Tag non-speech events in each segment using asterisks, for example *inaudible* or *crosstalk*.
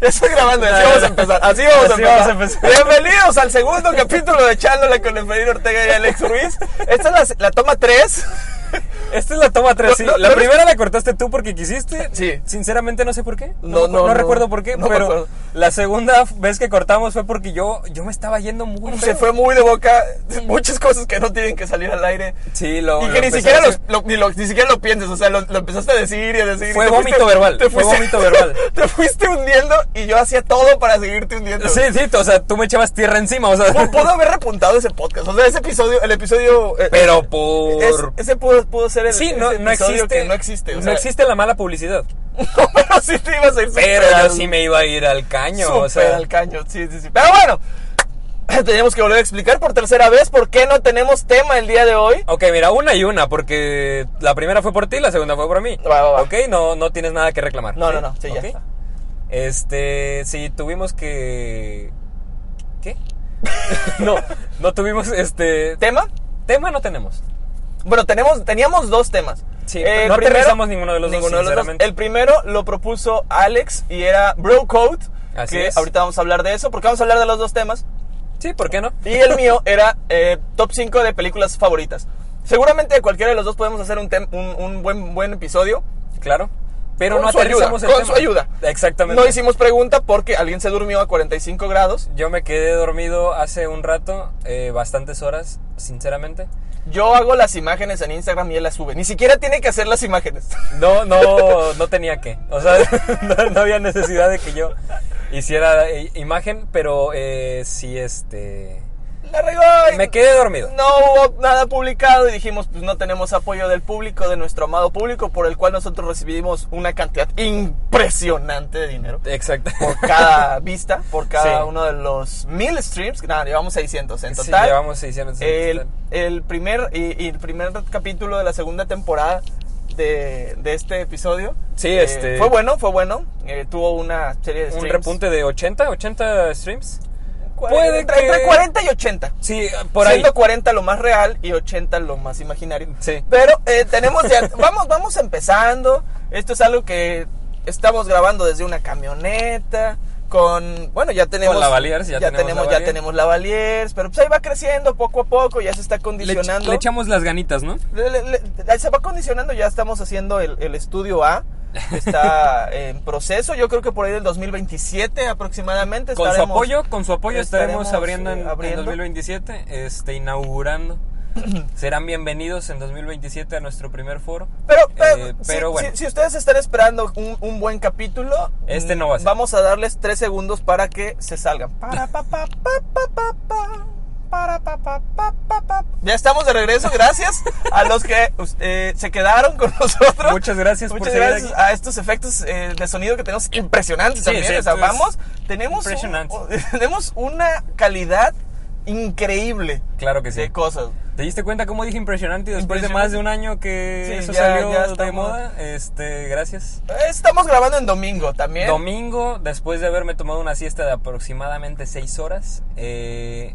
estoy grabando, así vamos a empezar. Así vamos, a, empezar. Bienvenidos al segundo capítulo de Chándole con Efraín Ortega y Alex Ruiz. Esta es la, la toma 3. Esta es la toma 3, No, sí. no, la no, primera la cortaste tú porque quisiste. Sí. Sinceramente no sé por qué. No, me acu- no, no. recuerdo por qué, No me pero acuerdo. la segunda vez que cortamos fue porque yo, yo me estaba yendo muy Se feo. fue muy de boca. Muchas cosas que no tienen que salir al aire. Sí, lo y lo que ni empecé siquiera, a los, hacer. lo- ni, lo- ni siquiera lo pienses, o sea, lo, lo empezaste a decir y a decir. y Fue te fuiste- vómito verbal, te fue fuiste- vómito verbal. *laughs* Te fuiste hundiendo y yo hacía todo para seguirte hundiendo. Sí, sí, o sea, tú me echabas tierra encima, o sea. Pu- Pudo haber repuntado ese podcast, o sea, ese episodio, el episodio... eh, Pero por. es- ese pudo, pudo ser el sí, no, ese no episodio existe. que no existe. o no sea, existe la mala publicidad. No, pero sí te ibas a ir Pero súper yo al- sí me iba a ir al caño, o súper sea. al caño, sí, sí, sí. Pero bueno, *clears throat* teníamos que volver a explicar por tercera vez por qué no tenemos tema el día de hoy. Ok, mira, una y una, porque la primera fue por ti, la segunda fue por mí. Va, va, va. Ok, no, no tienes nada que reclamar. No, no, no, sí, ya Ok. está. Este, sí, tuvimos que... *laughs* ¿Qué? no, no tuvimos este... ¿Tema? tema no tenemos. Bueno, tenemos, teníamos dos temas. Eh, Sí, no aterrizamos ninguno de los dos, sinceramente. El primero lo propuso Alex y era Bro Code. Así que es. ahorita vamos a hablar de eso, porque vamos a hablar de los dos temas. Sí, ¿por qué no? Y el mío *laughs* era eh, top 5 de películas favoritas. Seguramente de cualquiera de los dos podemos hacer un, tem- un, un buen, buen episodio. Claro. Pero con no su ayuda, aterrizamos el Con tema. su ayuda. Exactamente. No hicimos pregunta porque alguien se durmió a 45 grados. Yo me quedé dormido hace un rato, eh, bastantes horas, sinceramente. Yo hago las imágenes en Instagram y él las sube. Ni siquiera tiene que hacer las imágenes. *laughs* No, no, no tenía que. O sea, *laughs* no, no había necesidad de que yo hiciera eh, imagen, pero eh, sí, este... La regó. y Me quedé dormido. No hubo nada publicado y dijimos, pues no tenemos apoyo del público, de nuestro amado público, por el cual nosotros recibimos una cantidad impresionante de dinero. Exacto. *laughs* Por cada *laughs* vista, por cada Sí. uno de los mil streams. que Nada, llevamos 600 en Sí, total. llevamos 600 en el, total. el primer y, y el primer capítulo de la segunda temporada de, de este episodio. Sí, Eh, este- Fue bueno, fue bueno. Eh, tuvo una serie de Un streams. repunte de 80, 80 streams. Cua- puede entre, que- entre 40 y 80. Sí, por ahí. Siendo 40 lo más real y 80 lo más imaginario. Sí. Pero eh, tenemos *laughs* ya- vamos, vamos empezando. Esto es algo que estamos grabando desde una camioneta. Con, bueno, ya tenemos. Lavaliers, ya tenemos tenemos, ya Lavaliers. tenemos Lavaliers, pero pues ahí va creciendo poco a poco, ya se está Le, ech- condicionando. le echamos las ganitas, ¿no? Le- le- le- se va condicionando, ya estamos haciendo el, el estudio A. *laughs* Está en proceso, yo creo que por ahí del 2027 aproximadamente. Con su estaremos- apoyo, con su apoyo estaremos, estaremos, abriendo, en, eh, en abriendo. 2027, este, inaugurando. Serán bienvenidos en 2027 a nuestro primer foro. Pero, pero, Eh, si- pero si, bueno, si ustedes están esperando un, un buen capítulo, Este mm, no va a ser. Vamos a darles tres segundos para que se salgan. Para, pa, pa, pa, pa, pa, pa. Para, pa, pa, pa, pa, pa. Ya estamos de regreso, gracias a los que eh, se quedaron con nosotros. muchas gracias por Muchas seguir gracias aquí. a estos efectos eh, de sonido que tenemos impresionantes Sí, también. sí, o sea, es vamos, tenemos, un- impresionante. *laughs* tenemos una calidad increíble Claro que sí. de cosas. ¿Te diste cuenta cómo dije impresionante y después de Impresionante. más de un año que Sí, eso ya- salió ya de estamos. moda? Este, gracias. Estamos grabando en domingo también. Domingo, después de haberme tomado una siesta de aproximadamente 6 horas, eh,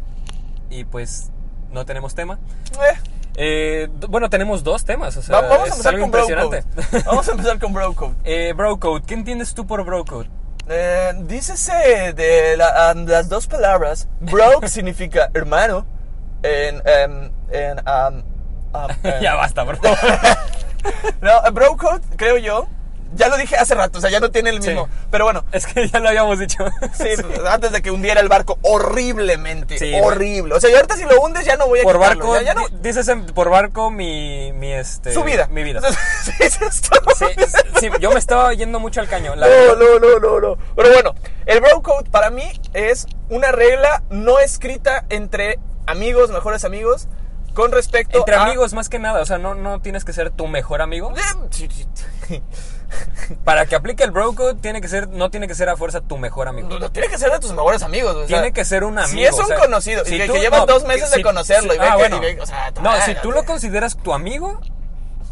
y pues no tenemos tema. Eh, Eh, d- bueno, tenemos dos temas, o sea, va- vamos a Eh, es empezar algo con Brocode. impresionante. *laughs* Vamos a empezar con Brocode. eh, bro code, ¿qué entiendes tú por bro *laughs* code? Eh, dícese de la- um, las dos palabras. Bro *laughs* significa hermano. En, em, en, um, um, em, *laughs* ya basta, bro. No, bro code, creo yo. Ya lo dije hace rato, o sea, ya no tiene el Sí. mismo. Pero bueno, es que ya lo habíamos dicho. sí, antes de que hundiera el barco horriblemente. Sí, horrible. O sea, y ahorita si lo hundes ya no voy a por quitarlo, barco, ya- ya no- di- dices en- por barco mi, mi este, su vida. mi vida. *laughs* Sí, sí, está- Sí, sí, yo me estaba yendo mucho al caño. La No, verdad. no, no, no, no. Pero bueno, el bro code para mí es una regla no escrita entre amigos, mejores amigos, con respecto Entre a- amigos, más que nada, o sea, no, no tienes que ser tu mejor amigo. Sí, sí, sí. Para que aplique el bro code, tiene que ser, no tiene que ser a fuerza tu mejor amigo. *laughs* No, no, tiene que ser de tus mejores amigos. o sea, tiene que ser un amigo. Si es un o sea, conocido, y que, que llevas no, dos meses si- de conocerlo y si- ve ah, que- bueno. y ve- o sea, tu No, madre, si tú lo tío. consideras tu amigo,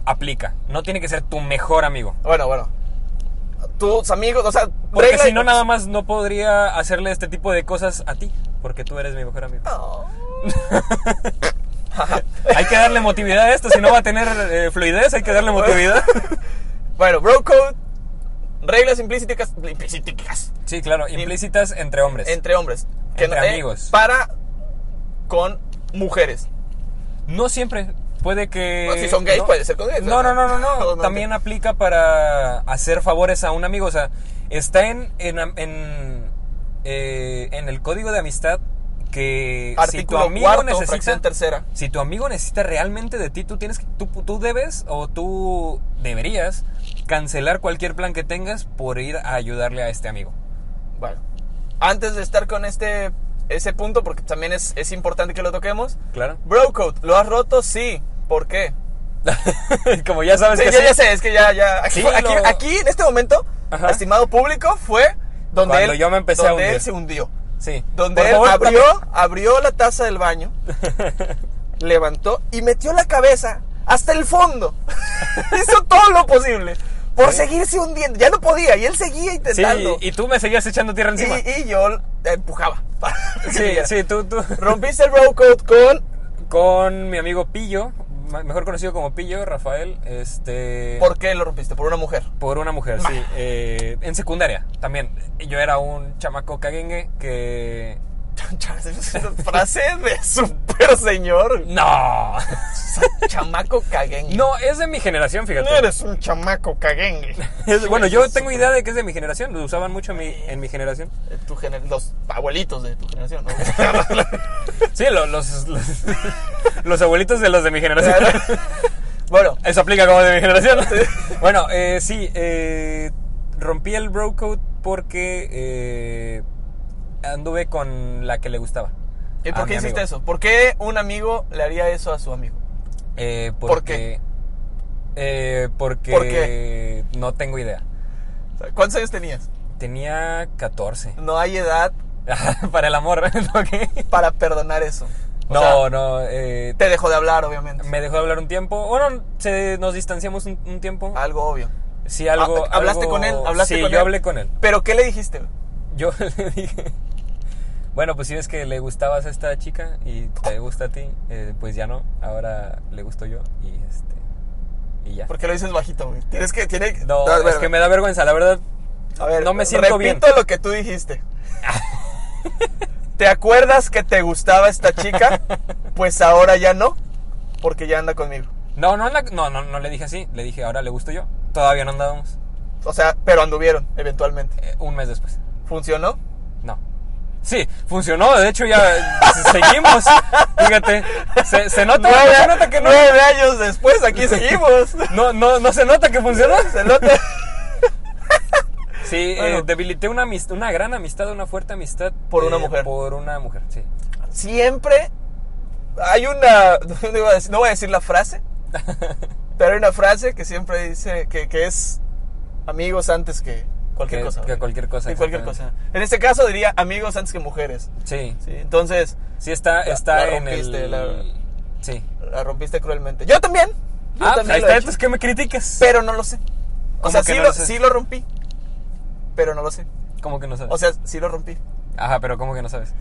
aplica. No tiene que ser tu mejor amigo. Bueno, bueno. Tus amigos, o sea, Porque regla- si no, nada más no podría hacerle este tipo de cosas a ti. Porque tú eres mi mejor amigo. *laughs* Oh. Hay que darle emotividad *laughs* a esto. Si no va a tener eh, fluidez, hay que darle emotividad. Bueno, bro code reglas implícitas, implícitas Sí, claro, implícitas entre hombres. entre hombres. Entre eh, amigos. para con mujeres. No siempre. Puede que. Bueno, Ah, si son gays, puede ser con gays, No, no, ¿no? no, no. *laughs* no. No, no, También no. aplica para hacer favores a un amigo. O sea, está en, en, en, eh, en el código de amistad que Artículo si tu amigo cuarto, necesita. fracción tercera. Si tu amigo necesita realmente de ti, tú tienes que, tú, tú debes o tú deberías cancelar cualquier plan que tengas por ir a ayudarle a este amigo. Bueno, antes de estar con este ese punto, porque también es, es importante que lo toquemos. Claro. *laughs* Bro code, ¿lo has roto? Sí. ¿Por qué? Como ya sabes Sí, que ya, sí. ya sé, es que ya, ya. Aquí, Sí, fue- aquí, lo- aquí, en este momento, Ajá. estimado público, fue donde Cuando él, yo me empecé a donde hundir. él se hundió. Sí. Donde Por él favor, abrió, abrió la taza del *laughs* baño, levantó y metió la cabeza hasta el fondo. *laughs* Hizo todo lo posible por Sí. seguirse hundiendo. Ya no podía y él seguía Sí, intentando. y tú me seguías echando tierra y, encima. y yo la empujaba. *laughs* Sí, sí, tú, tú. Rompiste el road code con. Con mi amigo Pillo, ma- mejor conocido como Pillo, Rafael, este... ¿Por qué lo rompiste? Por una mujer. *laughs* por una mujer, sí. eh, en secundaria, también. Yo era un chamaco caguengue que... Frase de super señor. *laughs* ¡No! chamaco caguengue. No, es de mi generación, fíjate. No eres un chamaco caguengue. *laughs* *laughs* Es- bueno, yo tengo idea de que es de mi generación, lo usaban mucho en mi, en mi generación. Eh, tu gener- los abuelitos de tu generación, ¿no? *laughs* *laughs* Sí, lo- los, *laughs* los, los abuelitos de los de mi generación. *laughs* bueno, Eso aplica como de *laughs* mi generación. bueno, eh, sí, eh, rompí el bro code porque eh, anduve con la que le gustaba. ¿y a por qué Ah, mi hiciste amigo. eso? ¿Por qué un amigo le haría eso a su amigo? Eh, porque, ¿Por qué? eh, porque ¿Por no tengo idea. O sea, ¿Cuántos años tenías? Tenía 14. No hay edad *laughs* Para el amor, *laughs* ok. para perdonar eso. O No, sea, no. eh, Te dejó de hablar, obviamente. me dejó de hablar un tiempo. Bueno, se, nos distanciamos un, un tiempo. Algo obvio. Sí, algo. Ah, ¿Hablaste algo- con él? ¿Hablaste sí, con yo él? hablé con él. ¿Pero qué le dijiste? Yo *laughs* le dije, bueno, pues si ves que le gustabas a esta chica y te gusta a ti, eh, pues ya no, ahora le gusto yo y este y ya. ¿Por qué lo dices bajito, güey? Tienes que... Tiene... No, a ver, es que me da vergüenza, la verdad. a ver, no me siento bien. Repito lo que tú dijiste. ¿Te acuerdas que te gustaba esta *laughs* chica? Pues ahora ya no, porque ya anda conmigo. No, no, la- no, no, no le dije así, le dije, ahora le gusto yo. Todavía no andábamos. O sea, pero anduvieron, eventualmente. Eh, un mes después. ¿Funcionó? No. Sí, funcionó, de hecho ya eh, *laughs* seguimos. Fíjate, se, se nota, nueve, se nota que no, nueve años después, aquí seguimos. *laughs* no, no, no se nota que funcionó. Se nota. Sí, eh, Bueno. debilité una, amist- una gran amistad, una fuerte amistad. Por una eh, mujer. Por una mujer, sí. Siempre hay una. No, iba a decir- no voy a decir la frase, pero hay una frase que siempre dice que, que es amigos antes que cualquier Que- cosa. que cualquier cosa, Que cualquier cosa. exactamente. En este caso diría amigos antes que mujeres. Sí. Sí, entonces Sí, está, está la en rompiste, el. la- Sí. la rompiste cruelmente. Yo también. Yo ah, pues ahí también lo he está, hecho, entonces que me critiques. pero no lo sé. O ¿Cómo sea, que sí, no lo, lo sé? sí lo rompí, pero no lo sé. ¿Cómo que no sabes? O sea, sí lo rompí. Ajá, pero ¿cómo que no sabes?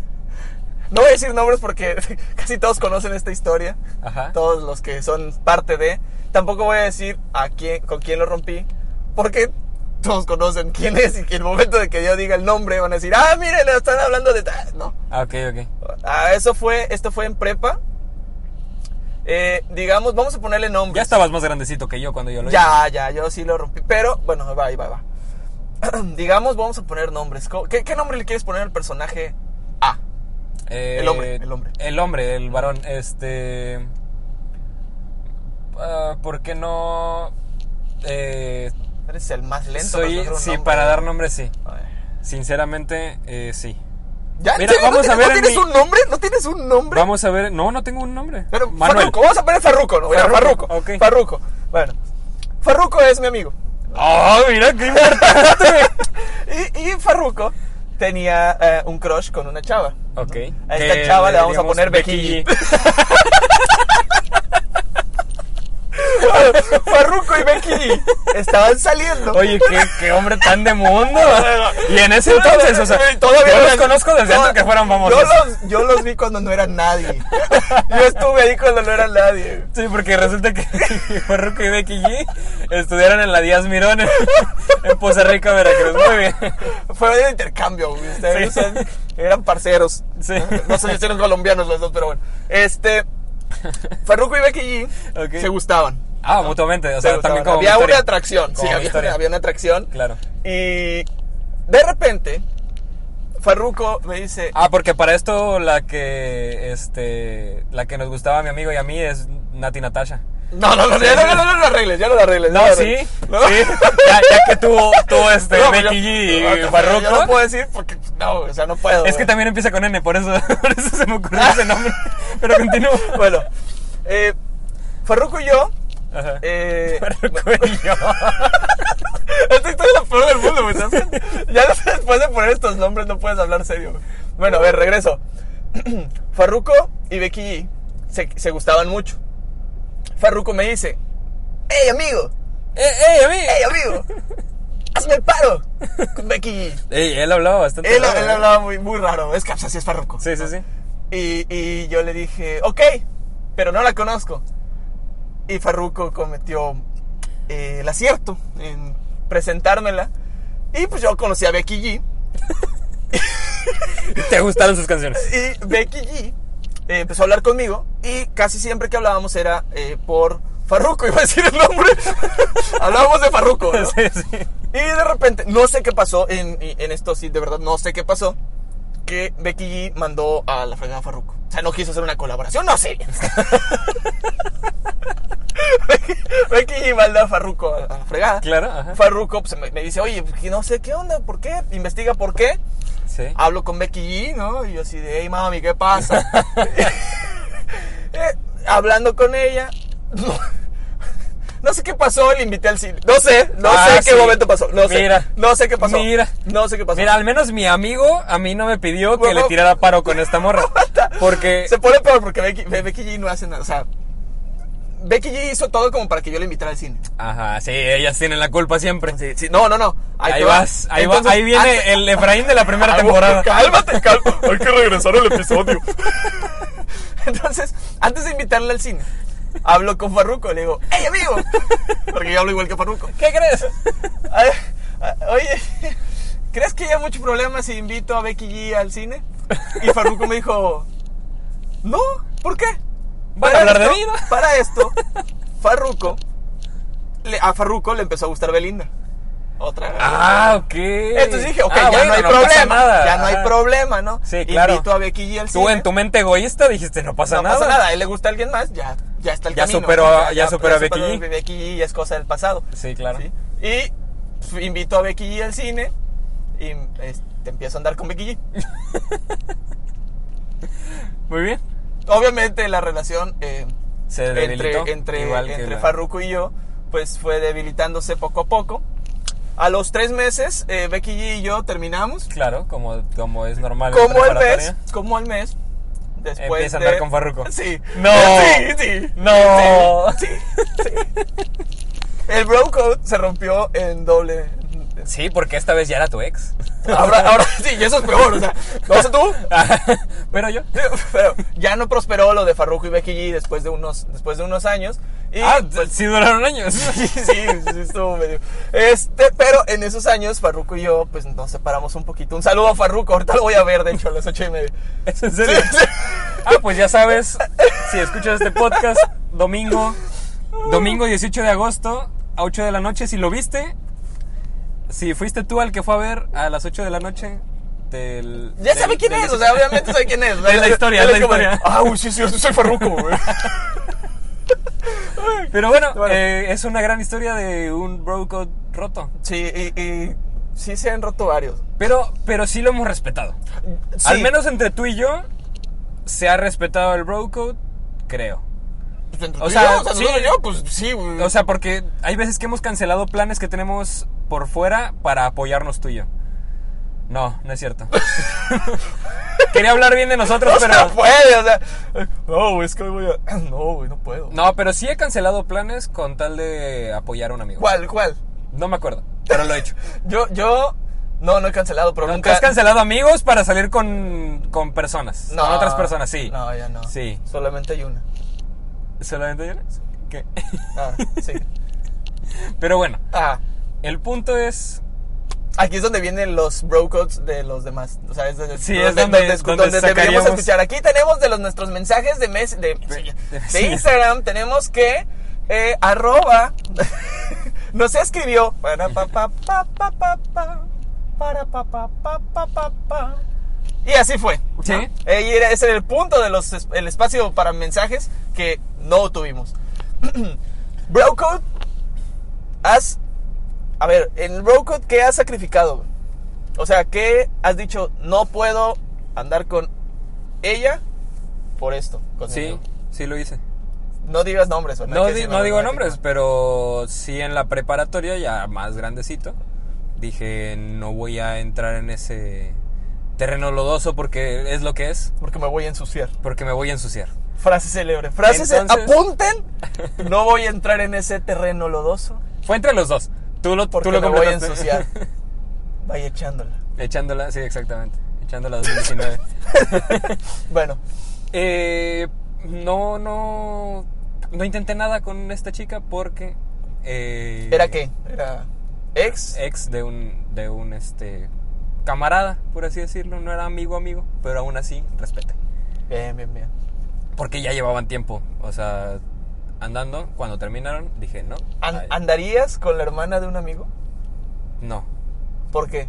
No voy a decir nombres porque *laughs* casi todos conocen esta historia. Ajá. Todos los que son parte de. Tampoco voy a decir a quién, con quién lo rompí. Porque todos conocen quién es y que el momento de que yo diga el nombre van a decir, ah, mire, le están hablando de tal. No. Ah, ok, ok. Ah, eso fue, esto fue en prepa. Eh, digamos, vamos a ponerle nombre. Ya estabas más grandecito que yo cuando yo lo Ya, ya, yo sí lo rompí. Pero, bueno, ahí va, ahí va, ahí va. *clears throat* digamos, vamos a poner nombres. Co- ¿Qué, qué nombre le quieres poner al personaje A? hice. Eh, el hombre, el hombre. El hombre, el varón. Este. ah, ¿Por qué no.? Eh, Eres el más lento. soy. para Sí, encontrar un para dar nombre. nombres, sí. Ay. Sinceramente, eh, sí. Ya, Mira, ¿en serio? vamos ¿No a tienes- ver en ¿No tienes mi- un nombre? ¿No tienes un nombre? Vamos a ver. No, no tengo un nombre. Pero, Manuel. Farruco, vamos a poner Farruco, ¿no? Mira, Farruko, Farruco. ok. Farruco. Bueno, Farruco es mi amigo. ¡Ah, mira qué importante! Y, y Farruco tenía eh, un crush con una chava. ok. A esta chava le vamos a poner Becky G. *laughs* Farruko y Becky G estaban saliendo. *laughs* Oye, qué, qué hombre tan de mundo. Y en ese entonces, o sea, Todavía yo no los es- conozco desde no, antes que fueran famosos. Yo los, yo los vi cuando no era nadie. Yo estuve ahí cuando no era nadie. Sí, porque resulta que *laughs* Farruko y Becky G estudiaron en la Díaz Mirón en, en Poza Rica, Veracruz. Muy bien. Fue de intercambio, güey. Ustedes Sí. son- eran parceros. Sí. No sé si eran colombianos los dos, pero bueno. Este. Farruko y Becky G Ok. se gustaban. Ah, mutuamente. O Se sea, gustaban. también como. había mi historia. una atracción. Como sí, mi había, historia. había una atracción. Claro. Y de repente, Farruko me dice. Ah, porque para esto la que este la que nos gustaba a mi amigo y a mí es Nati Natasha. No, no, no, ya no, ya no, ya no lo arregles, ya no lo arregles. ya No, lo sí, arregles. No. sí. Ya, ya que tuvo tú este No, pues Becky yo- G y no, Farruko. Yo no puedo decir porque pues, no, o sea, no puedo. es que güey. también empieza con N, por eso, *laughs* por eso se me ocurrió ese nombre. Pero continúa. Bueno, eh, Farruko y yo. Ajá. Eh, *laughs* Farruko y yo. esta historia es la peor del mundo, güey. ¿sabes? Ya no sé, después de poner estos nombres no puedes hablar serio. güey. Bueno, a ver, regreso. *clears throat* Farruko y Becky G se, se gustaban mucho. Farruko me dice: ¡Ey, amigo! ¡Eh, eh, a mí! ¡Ey, amigo! ¡Hazme el paro! Con Becky G. Ey, él hablaba bastante. Él, raro, él ¿eh? hablaba muy, muy raro, es que pues, así es Farruko. Sí, sí, sí. Y, y yo le dije, ok, pero no la conozco. Y Farruko cometió eh, el acierto en presentármela. Y pues yo conocí a Becky G. ¿Te gustaron sus canciones? Y Becky G eh, empezó a hablar conmigo. Y casi siempre que hablábamos era eh, por Farruko, *laughs* iba a decir el nombre. Hablábamos de Farruko. ¿no? *laughs* Sí, sí. Y de repente, no sé qué pasó en, en esto, sí, de verdad, no sé qué pasó. Que Becky G mandó a la fregada a Farruko. O sea, no quiso hacer una colaboración, no sé. *laughs* Becky G mandó a Farruko a la fregada. Claro, ajá. Farruko pues, me, me dice, oye, pues, que no sé qué onda, ¿por qué? Investiga por qué. Sí. Hablo con Becky G, ¿no? Y yo así de, hey mami, ¿qué *laughs* pasa? Eh, hablando con ella. No, sé qué pasó, le invité al cine. No sé, no Ah, sé qué sí. momento pasó. No sé. Mira. no sé qué pasó. Mira. No sé qué pasó. Mira, al menos mi amigo a mí no me pidió que Bueno. le tirara paro con *laughs* esta morra. Porque. Se pone peor porque Becky, Be- Becky G no hace nada. O sea, Becky G hizo todo como para que yo le invitara al cine. Ajá, sí, ellas tienen la culpa siempre. Sí, sí, no, no, no. Ahí, te va. vas, ahí, Entonces, va, ahí viene antes- el Efraín de la primera Ah, temporada. Cálmate, *laughs* cálmate. Hay que regresar al episodio. Entonces, antes de invitarle al cine, hablo con Farruko. Le digo, ¡Ey, amigo! Porque yo hablo igual que Farruko. ¿Qué crees? Ay, ay, Oye, ¿crees que haya mucho problema si invito a Becky G al cine? Y Farruko me dijo, no, ¿por qué? Van a hablar de esto- mí, ¿no? Para esto, Farruko, le- a Farruko le empezó a gustar Belinda. Otra vez. Ah, ok. Entonces dije, ok, Ah, ya bueno, no hay pasa problema. nada. Ya no hay Ajá. problema, ¿no? Sí, claro. Invito a Becky G al cine. Tú en tu mente egoísta dijiste, no pasa no nada. pasa nada, a él le gusta a alguien más, ya, ya está el Ya camino. superó a- ya superó a Becky G. superó Becky G ya es cosa del pasado. Sí, claro. ¿sí? Y pues, invito a Becky G al cine y es- te empiezo a andar con Becky G. Muy bien. Obviamente la relación eh, Se debilitó, entre, entre, igual que entre la- Farruko y yo pues fue debilitándose poco a poco. A los tres meses eh, Becky G y yo terminamos. Claro, como, como es normal. en Como al mes, preparatoria. como al mes. Después Empieza a de- andar con *laughs* Farruko. Sí. No. Sí, sí. No. Sí, sí. El bro code se rompió en doble. Sí, porque esta vez ya era tu ex. Ahora, *laughs* ahora sí, y eso es peor. O sea, no sé tú. Pero yo. Pero ya no prosperó lo de Farruko y Becky G después de unos, después de unos años. Y ah, pues, sí duraron *laughs* años. sí, sí, sí, estuvo medio. Este, pero en esos años, Farruko y yo, pues nos separamos un poquito. Un saludo a Farruko, ahorita lo voy a ver, de hecho, a las ocho y media. ¿Es en serio? Ah, pues ya sabes, si escuchas este podcast, domingo, domingo 18 de agosto, a 8 de la noche, si lo viste, si fuiste tú al que fue a ver a las 8 de la noche, del... Ya del- sabe quién del- es, o sea, obviamente sabe quién es. *laughs* Es la historia, Él es la como de, historia. Ah, uy, sí, sí, yo soy Farruko, güey. Pero bueno, Bueno. eh, es una gran historia de un bro code roto. Sí, y, y sí se han roto varios. Pero, pero sí lo hemos respetado. Sí, Al menos entre tú y yo, se ha respetado el bro code, creo. pues, entre o tú y sea, yo, sí. nosotros y yo, pues sí, güey. O sea, porque hay veces que hemos cancelado planes que tenemos por fuera para apoyarnos tú y yo. No, no es cierto. *laughs* Quería hablar bien de nosotros, No pero. se puede, o sea. No, güey, es que hoy voy a. *clears throat* No, güey, no puedo. No, pero sí he cancelado planes con tal de apoyar a un amigo. ¿Cuál, cuál? No me acuerdo, pero lo he hecho. Yo, yo. No, no he cancelado, pero Nunca nunca. has cancelado amigos para salir con, con personas. No. Con otras personas, sí. No, ya no. Sí. Solamente hay una. ¿Solamente yo? ¿Qué? Ah, *laughs* sí. Pero bueno, Ah. el punto es. Aquí es donde vienen los bro codes de los demás. O sea, es donde, Sí, es donde- donde deberíamos sacaríamos- escuchar. Aquí tenemos de los nuestros mensajes de mes, de, *laughs* de- de sí. Instagram, tenemos que eh, arroba. *laughs* no se escribió. Para pa pa pa pa pa pa. Para pa pa pa pa pa pa. Y así fue. Sí. Eh, y era- ese era el punto del el espacio para mensajes que no tuvimos. *clears throat* bro code, has a ver, en Brocode, ¿qué has sacrificado? güey? O sea, ¿qué has dicho? No puedo andar con ella por esto. con Sí, ello"? sí lo hice. No digas nombres, ¿verdad? No, Que di- sí me no digo voy a nombres, platicar. pero sí en la preparatoria, ya más grandecito, dije no voy a entrar en ese terreno lodoso porque es lo que es, Porque me voy a ensuciar. porque me voy a ensuciar. Frase célebre. Frase célebre. Entonces- *laughs* Apunten. No voy a entrar en ese terreno lodoso Fue entre los dos. Tú lo, porque tú lo me voy a completaste. ensuciar. Vaya echándola. *laughs* Echándola, sí, exactamente. *laughs* Echándola 2019. Bueno, Eh, no, no, no intenté nada con esta chica porque... eh, ¿era qué? ¿Era ex? ex de un de un este camarada, por así decirlo, no era amigo amigo, pero aún así respeté. Bien, bien, bien. Porque ya llevaban tiempo, o sea, andando, cuando terminaron dije, "No, An- ay, ¿Andarías con la hermana de un amigo? no, ¿Por qué?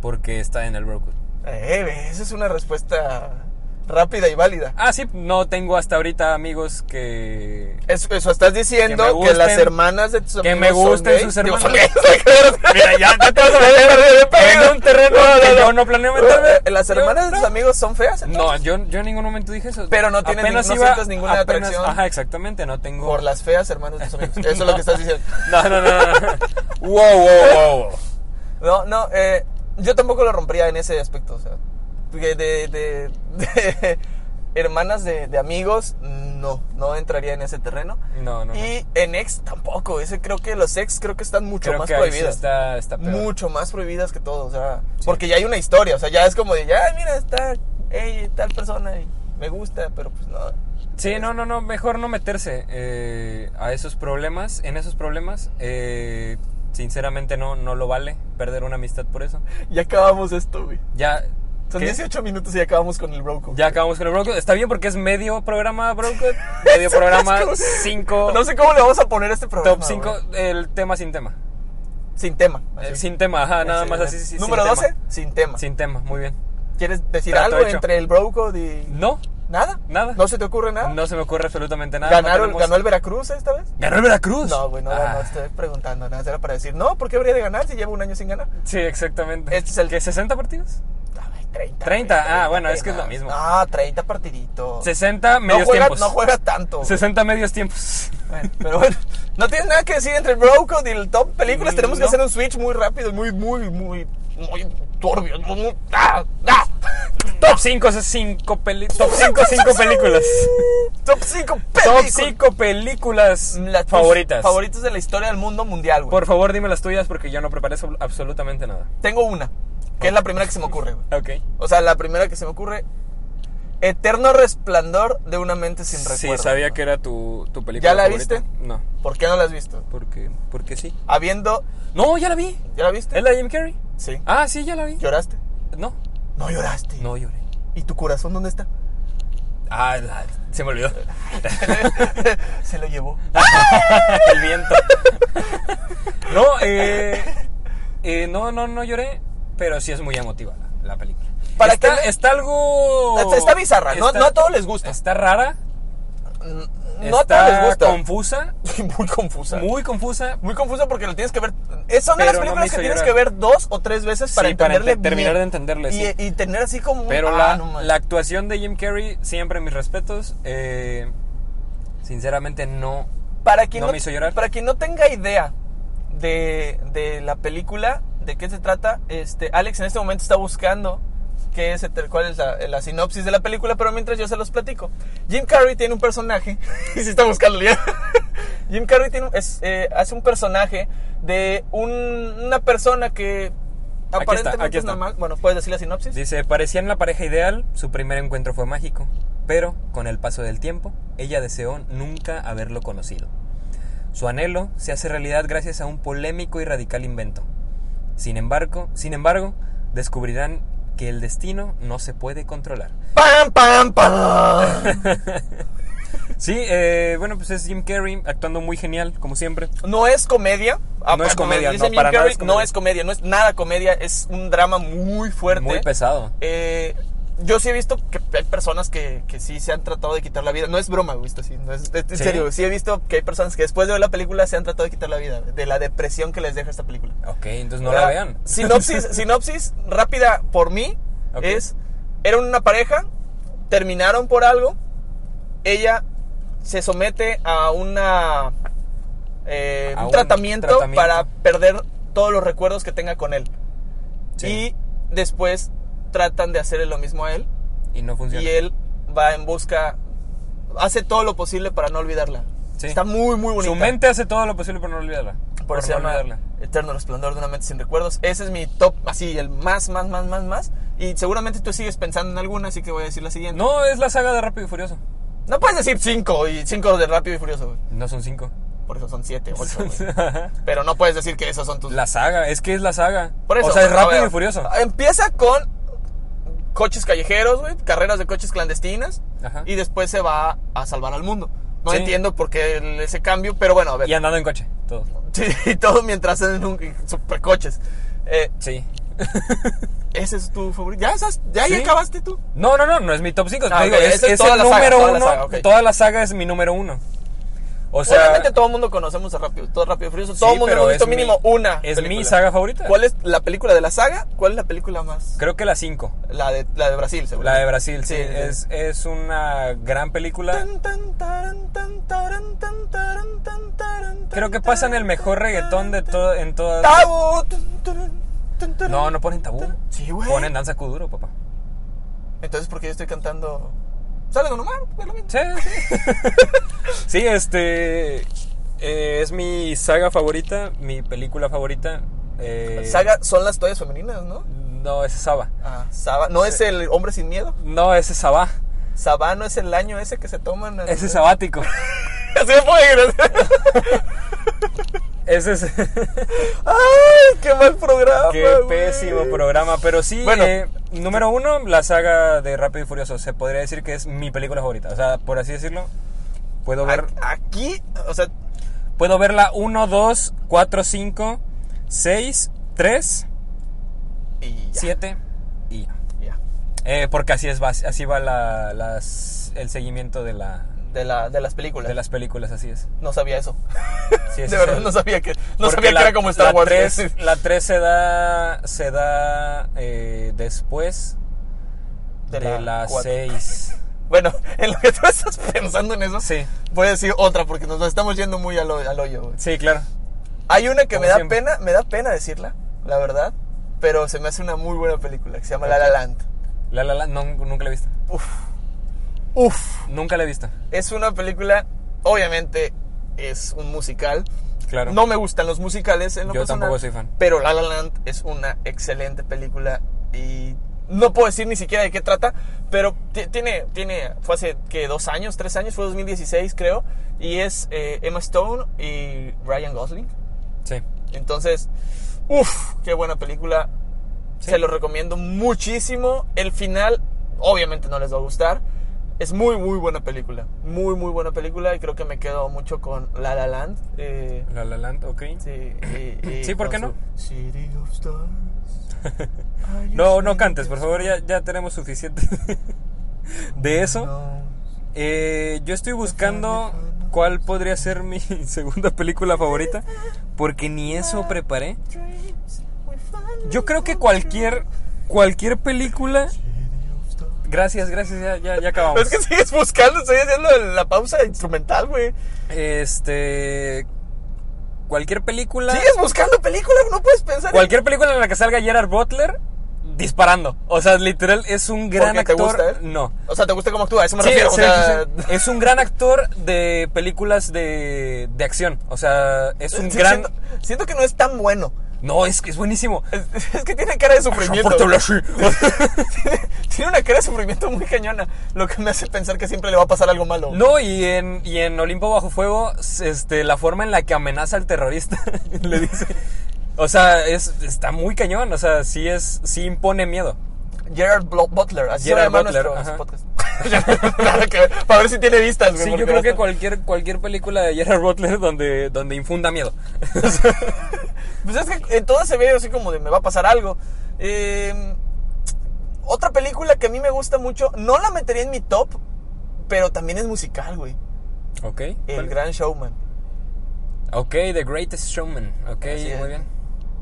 porque está en el broker." Eh, ve, esa es una respuesta rápida y válida. Ah, sí, no tengo hasta ahorita amigos que Eso, eso estás diciendo que, Que me gusten- las hermanas de tus amigos que me son gusten gays. sus Digo, son *laughs* hermanas. gays. *laughs* Mira, ya- ya te vas a *laughs* meter en un terreno que yo no planeo meterme. Eh, Las Yo- hermanas de tus amigos son feas. No, yo, yo en ningún momento dije eso. Pero no tienes Apenas ni- no iba- sientes ninguna apenas- atracción. Ajá, exactamente, no tengo Por las feas hermanas de tus amigos. Eso es lo que estás diciendo. No, *laughs* no, no. no. wow, wow, wow. No, no, eh, yo tampoco lo rompería en ese aspecto. O sea, porque de, de- *laughs* de- hermanas de, de amigos, no, no entraría en ese terreno. No, no. no. Y Eh, en ex tampoco. Ese creo que los ex creo que están mucho Creo más que ahí sí prohibidas. está, está peor. mucho más prohibidas que todo, o sea, porque ya hay una historia, o sea, ya es como de, ya, mira, está, hey, tal persona y me gusta, pero pues no. *laughs* Sí, no, no, no. Mejor no meterse eh, a esos problemas. En esos problemas, eh, sinceramente, no, no lo vale perder una amistad por eso. Ya acabamos esto, güey. Ya. Son ¿qué? 18 minutos y ya acabamos con el Broco. Ya acabamos con el Broco. Está bien porque es medio programa Broco. *laughs* Medio programa Es como- 5. *laughs* No sé cómo le vamos a poner a este programa. Top 5. güey. Ah, El tema sin tema. Sin tema. El así. Eh, sin tema, ajá, nada más así. sí, Número sin 12, tema. sin tema. Sin tema, muy bien. ¿Quieres decir Trato algo hecho. entre el Broco y. No, ¿Nada? Nada. ¿No se te ocurre nada? no se me ocurre absolutamente nada. no ¿Ganaron, tenemos- ¿Ganó el Veracruz esta vez? ¿Ganó el Veracruz? *laughs* No, güey, no, Ah, no este- estoy preguntando nada. Era para decir, no, ¿por qué habría de ganar si llevo un año sin ganar? Sí, exactamente. Este es el- ¿Qué, 60 partidos? Ay, 30. 30, güey, ah, bueno, es que es lo apenas. mismo. Ah, 30 partiditos. 60 medios no juega, tiempos. no juega tanto. güey. 60 medios tiempos. Bueno, pero bueno, no tienes nada que decir entre el Brocode y el top películas. Mm, Tenemos que no. hacer un switch muy rápido y muy, muy, muy, muy turbio. muy- muy- ah, ah. Top 5 es 5 películas. Top *laughs* 5 5 películas. Top 5 Top películas. 5 películas Las tus favoritas. Favoritas de la historia del mundo mundial, güey. Por favor, dime las tuyas porque yo no preparé so- absolutamente nada. Tengo una, que es la primera *laughs* que se me ocurre, güey. Ok. O sea, la primera que se me ocurre. Eterno resplandor de una mente sin recuerdo. Sí, sabía que era tu, tu película. ¿Ya la favorita. viste? No. ¿Por qué no la has visto? Porque, porque sí. Habiendo. No, ya la vi. ¿Ya la viste? ¿Es la de Jim Carrey? Sí. Ah, sí, ya la vi. ¿Lloraste? No, No lloraste. no lloré. ¿Y tu corazón dónde *laughs* está? Ah, la- se me olvidó. *laughs* Se lo llevó. El viento. No, eh, eh, no, no, no lloré, pero sí es muy emotiva la, la película. ¿Para está, qué le- está algo. Está- está bizarra, no- no a todos les gusta. Está rara. No a todos les gusta. *laughs* Confusa. muy confusa. Muy, Muy confusa. confusa porque lo tienes que ver. Es, son de Pero las no me películas que hizo tienes llorar. que ver dos o tres veces para Sí, para entenderle ente- terminar bien. de entenderle, Y, sí. y tener así como. un, Pero ah, la, no manches. la actuación de Jim Carrey, siempre mis respetos. eh, sinceramente, no. Para quien no me hizo llorar. Para quien no tenga idea de, de la película, de qué se trata, este, Alex en este momento está buscando qué es, eter- cuál es la, la sinopsis de la película, pero mientras yo se los platico. Jim Carrey tiene un personaje, *laughs* y si está buscando ya. *laughs* Jim Carrey tiene, un- es, eh, hace un personaje de un- una persona que está, aparentemente aquí es está. normal. Bueno, ¿puedes decir la sinopsis? Dice, parecían la pareja ideal, su primer encuentro fue mágico, pero con el paso del tiempo, ella deseó nunca haberlo conocido. Su anhelo se hace realidad gracias a un polémico y radical invento. Sin embargo, sin embargo, descubrirán que el destino no se puede controlar. ¡Pam, pam, *laughs* pam! Sí, eh, bueno, pues es Jim Carrey actuando muy genial, como siempre. No es comedia. Ah, No es comedia, dice no, Jim para nada Carrey, es comedia. no es comedia, no es nada comedia, es un drama muy fuerte. Muy pesado. Eh, yo sí he visto que hay personas que, que sí se han tratado de quitar la vida. No es broma, güey, esto sí. No es, en ¿Sí? serio, sí he visto que hay personas que después de ver la película se han tratado de quitar la vida, de la depresión que les deja esta película. Ok, entonces no Ah, la vean. *laughs* Sinopsis, sinopsis rápida por mí Ok. es, eran una pareja, terminaron por algo, ella se somete a una eh, A un un tratamiento, tratamiento. para perder todos los recuerdos que tenga con él. Sí, Y después tratan de hacerle lo mismo a él *laughs* y, no funciona. y él va en busca, hace todo lo posible para no olvidarla. Sí. Está muy, muy bonita. Su mente hace todo lo posible por no olvidarla. Por eso no se llama Eterno Resplandor de una mente sin recuerdos. Ese es mi top, así, el más, más, más, más, más. Y seguramente tú sigues pensando en alguna, así que voy a decir la siguiente. No, es la saga de Rápido y Furioso. No puedes decir cinco, y cinco de Rápido y Furioso, güey. No son cinco. Por eso son *laughs* siete, ocho, güey. Pero no puedes decir que esos son tus... la saga, es que es la saga. Por eso, o sea, es a Rápido ver, y Furioso. Empieza con coches callejeros, güey, carreras de coches clandestinas. Ajá. Y después se va a salvar al mundo. No Sí. entiendo por qué el- ese cambio, pero bueno, a ver. Y andando en coche, todo. *laughs* Sí, y todo mientras en un supercoches. Eh, Sí. Ese es tu favorito. Ya, esas, ya, ahí Sí. acabaste tú. No, no, no, no es mi top 5. Ah, ok, es, esa es es toda el la saga, número toda la uno. saga, ok. Toda la saga es mi número uno. O sea, Obviamente todo el mundo conocemos a Rápido, todo Rápido y Furioso. todo el sí, mundo pero hemos visto es mi- mínimo una. Es mi película. saga favorita. ¿Cuál es la película de la saga? ¿Cuál es la película más? Creo que la 5. La de, la de Brasil, seguro. La de Brasil, sí. Sí, sí. Es, es una gran película. Tan, tan, taran, tan, taran, tan, taran, tan, taran, Creo que tan, pasan taran, el mejor tan, reggaetón de tan, todo en todas. ¡Tabú! Tun, turun, tun, turun. No, no ponen tabú. Sí, güey. Ponen danza kuduro, papá. Entonces, ¿por qué yo estoy cantando? Sale con Omar, es lo mismo. Sí, sí. *laughs* sí, este. eh, es mi saga favorita, mi película favorita. eh, Saga son las toallas femeninas, ¿no? No, ese es Saba. Ah, Saba. ¿No es el hombre sin miedo? No, ese es Saba. Sabano es el año ese que se toman. al- Ese es sabático. *laughs* Así me puede *laughs* Ese es. Ay, qué mal programa. Qué Ah, güey. pésimo programa. Pero sí, Bueno. eh, número uno, la saga de Rápido y Furioso. Se podría decir que es mi película favorita. O sea, por así decirlo, puedo ver. A- Aquí, o sea, Puedo ver la 1, 2, 4, 5, 6, 3, y ya. 7 y ya. ya. Eh, porque así es va- así va la- las- el seguimiento de, la, De, la, de las películas. de las películas, así es. No sabía eso. *laughs* Sí, ese de es verdad, el- no sabía que, no porque sabía la- que era como Star la Wars. tres- la 3 se da, se da eh, después de, la cuatro. *laughs* 6. *laughs* Bueno, en lo que tú estás pensando en eso, Sí, voy a decir otra porque nos estamos yendo muy al, hoy- al hoyo. güey. sí, claro. Hay una que Como me da siempre. pena, me da pena decirla, la verdad, pero se me hace una muy buena película que se llama La La Land. La, la, la, no, nunca la he visto. Uf. Uf. Nunca la he visto. Es una película, obviamente es un musical. Claro. No me gustan los musicales en lo Yo personal, tampoco soy fan. Pero La La Land es una excelente película y no puedo decir ni siquiera de qué trata, pero ti- tiene, tiene, fue hace que dos años, tres años, fue 2016 creo, y es eh, Emma Stone y Ryan Gosling. Sí. Entonces, uff, qué buena película. Sí. Se lo recomiendo muchísimo. El final, obviamente, no les va a gustar. Es muy, muy buena película. Muy, muy buena película. Y creo que me quedo mucho con La La Land. eh, La La Land, ok. sí, y- y Sí, ¿por con qué no? su City of Stars. Are you *laughs* No, no shining cantes, por your favor, ya, ya tenemos suficiente *laughs* de eso. stars? Eh, yo estoy buscando cuál podría ser mi *laughs* segunda película favorita, porque ni eso preparé. Dreams we finally Yo creo que cualquier cualquier película. city of stars. Gracias, gracias, ya, ya, ya acabamos. Es que sigues buscando, estoy haciendo la pausa instrumental, güey. Este. Cualquier película. Sigues buscando películas, no puedes pensar en Cualquier película en la que salga Gerard Butler disparando. O sea, literal, es un gran ¿Porque actor. te gusta él? No. O sea, ¿te gusta cómo actúa? A Eso me Sí, refiero. o sí, sea, sí, sí. Es un gran actor de películas de, de acción. O sea, es un Eh, sí, gran. siento, siento que no es tan bueno. No, es que es buenísimo. Es, es que tiene cara de sufrimiento. Apórtalo así. *laughs* tiene, tiene una cara de sufrimiento muy cañona. Lo que me hace pensar que siempre le va a pasar algo malo. No, y en, y en Olimpo Bajo Fuego, s- este, la forma en la que amenaza al terrorista, le dice. O sea, es, está muy cañón. O sea, sí, es, sí impone miedo. Gerard Blo- Butler. Así se Gerard llama Butler, nuestro ajá. podcast. *laughs* Nada que ver, Para ver si tiene vistas. güey, Sí, porque yo creo no que está- cualquier, cualquier película de Gerard Butler donde, donde infunda miedo. Pues es que en todo se ve así como de me va a pasar algo. Eh, otra película que a mí me gusta mucho, no la metería en mi top, pero también es musical, güey. ok. El ¿cuál? Gran Showman. Ok, The Greatest Showman. Ok, Así es. muy bien.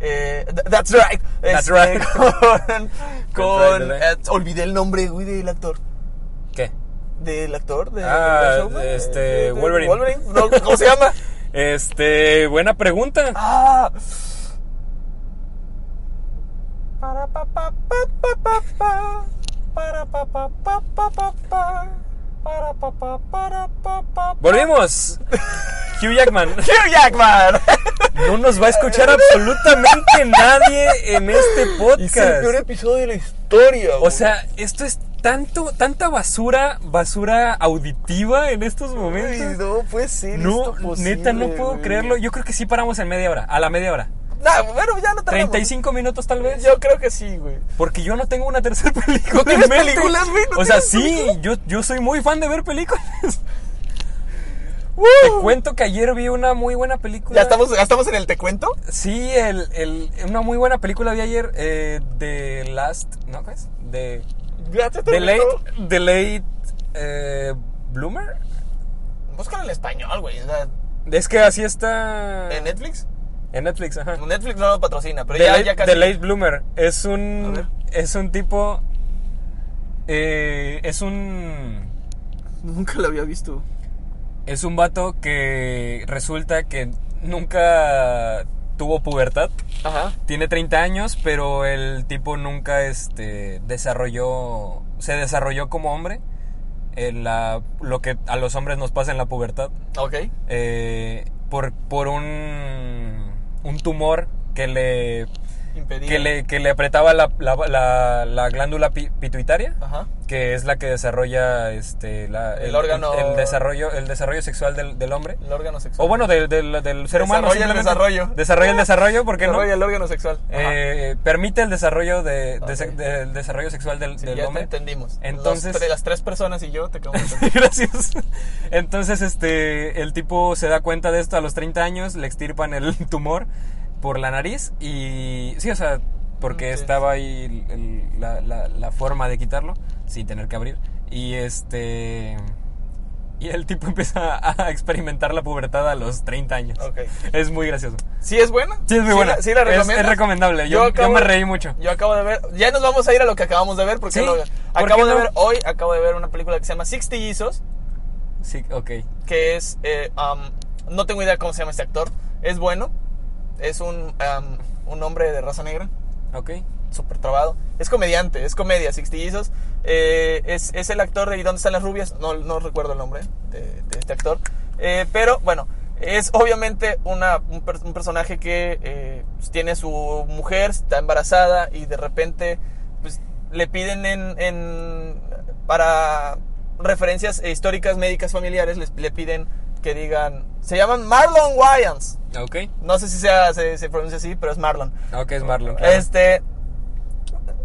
Eh, th- that's right. That's Este, right. *laughs* Con. con- right, that's eh, olvidé el nombre, güey, del actor. ¿Qué? Del actor de. Ah, Gran Showman, de este, eh, de- Wolverine. Wolverine. no, ¿Cómo se *laughs* llama? Este, buena pregunta. Ah. Para pa pa pa pa pa pa. Para pa pa pa pa pa pa. Para pa pa para pa pa. pa. Volvimos. Hugh Jackman. Hugh Jackman. *laughs* No nos va a escuchar absolutamente nadie en este Es el peor podcast. episodio de la historia. O sea, esto es tanto, tanta basura, basura auditiva en estos güey. Ay, momentos. no puede ser. No, esto posible, neta, no puedo güey. creerlo. Yo creo que sí paramos en media hora, a la media hora. Nah, bueno, ya no tardamos. 35 minutos tal vez. Yo creo que sí, güey. Porque yo no tengo una tercera *laughs* película. ¿No tienes en mente. películas, güey? ¿No o sea, tienes sí, películas? yo, yo soy muy fan de ver películas. *laughs* ¡Woo! Te cuento que ayer vi una muy buena película. ¿Ya estamos, ¿Ya estamos en el te cuento? Sí, el, el- una muy buena película vi ayer eh, de Last. ¿No qué es? De. Gracias, te The Late. cuento. The Late. eh, Bloomer. Búscalo en español, güey. o sea, Es que así está. ¿En Netflix? en Netflix, ajá. Netflix no nos patrocina, pero The, ya, late, ya casi. The Late Bloomer es A ver. un. Es un tipo. eh, es un. Nunca la había visto. Es un vato que resulta que nunca tuvo pubertad. Ajá. Tiene 30 años, pero el tipo nunca este, desarrolló. Se desarrolló como hombre. En la, lo que a los hombres nos pasa en la pubertad. Ok. eh, por por un, un tumor que le, Impedido. que le, que le apretaba la, la- la- la glándula pi- pituitaria Ajá. que es la que desarrolla este la- El órgano- el, desarrollo el desarrollo sexual del, del hombre El órgano sexual. o bueno del, del- del ser humano Desarrolla el simplemente. desarrollo. desarrolla el desarrollo porque no Desarrolla el órgano sexual. Ajá. Eh, permite el desarrollo de, de- Ok. del desarrollo sexual del, Sí, del ya te hombre *laughs* entendimos. entonces- Los tre- las tres personas y yo te acabo de entender. Gracias. Entonces, este, el tipo se da cuenta de esto a los 30 años, le extirpan el *laughs* tumor por la nariz y... Sí, o sea, porque Sí. estaba ahí el- el- la, la- la forma de quitarlo sin tener que abrir. Y este... Y el tipo *laughs* empieza a experimentar la pubertad a los 30 años. Ok. Es muy gracioso. *laughs* ¿Sí es buena? Sí, es muy buena. la- ¿Sí la Es- recomiendas? es recomendable. Yo- yo me reí mucho. Yo acabo de ver. Ya nos vamos a ir a lo que acabamos de ver. Porque Sí, lo- ¿por qué acabo de no? ver hoy, acabo de ver una película que se llama Sixty Yeezos. Sí, ok. que es. eh, am, no tengo idea cómo se llama este actor. Es bueno. Es un, am, un hombre de raza negra. Ok. Súper trabado. Es comediante, es comedia, sixtillizos. Eh, es, es el actor de ¿Y dónde están las rubias? No, no recuerdo el nombre de, de este actor. Eh, pero bueno, es obviamente una, un, per- un personaje que eh, pues, tiene su mujer, está embarazada y de repente pues, le piden en, en- para referencias eh, históricas, médicas, familiares, les, le piden que digan, se llaman Marlon Wayans. Ok. No sé si sea- se, se pronuncia así, pero es Marlon. Ok, es Marlon. claro. Este.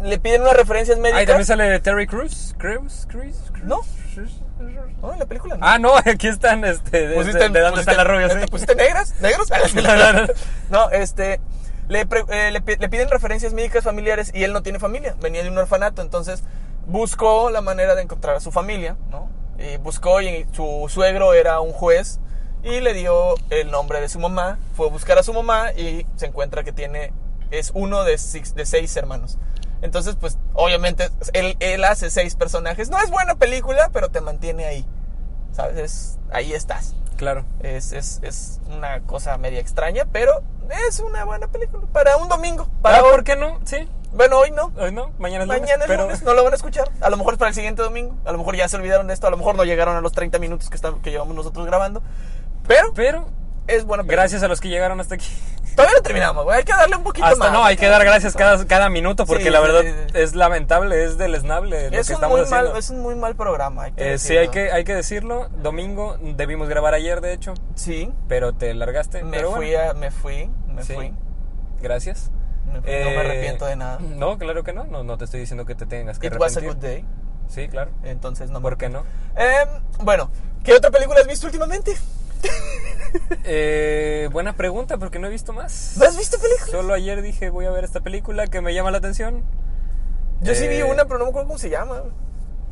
Le piden unas referencias médicas. Ahí también sale Terry Crews. Crews, Crews, Crews. No. No, Oh, en la película no. Ah, no, *laughs* aquí están, este, de, de- de dónde están las rubias, ¿Te sí. pusiste negras? ¿Negros? No, no, no. ¿eh? *laughs* No, este. Le, pre- eh, le pi- le piden referencias médicas familiares y él no tiene familia. Venía de un orfanato, entonces buscó la manera de encontrar a su familia, ¿no? Y buscó y su suegro era un juez y le dio el nombre de su mamá. Fue a buscar a su mamá y se encuentra que tiene. Es uno de, six- de seis hermanos. Entonces, pues, obviamente, él, él hace seis personajes. No es buena película, pero te mantiene ahí. ¿Sabes? Es- ahí estás. Claro. Es, es, es una cosa media extraña, pero es una buena película. Para un domingo. Para Ah, hoy. ¿Por qué no? Sí. Bueno, hoy no. Hoy no, mañana es lunes. Mañana es pero lunes, no lo van a escuchar. A lo mejor es para el siguiente domingo. A lo mejor ya se olvidaron de esto. A lo mejor no llegaron a los 30 minutos que, está- que llevamos nosotros grabando. Pero Pero es bueno. gracias a los que llegaron hasta aquí. Todavía no terminamos, güey. Hay que darle un poquito Hasta más. no, hay que dar gracias cada, cada minuto porque Sí, la sí, verdad sí, sí. es lamentable, es deleznable lo Es que un, estamos muy haciendo. mal, es un muy mal programa. Hay que Eh, sí, decirlo. hay que, hay que decirlo. Domingo debimos grabar ayer, de hecho, Sí. pero te largaste. Me pero bueno, fui, a- me fui, me Sí. fui. gracias. Me fui. no Eh, me arrepiento de nada. No, claro que no. No, no te estoy diciendo que te tengas que It was a good day. arrepentir. Sí, claro. Entonces no me- ¿Por qué no? Em, bueno, ¿qué otra película has visto últimamente? Eh, buena pregunta, porque no he visto más. ¿No has visto películas? Solo ayer dije voy a ver esta película que me llama la atención. Yo sí vi Eh. una, pero no me acuerdo cómo se llama.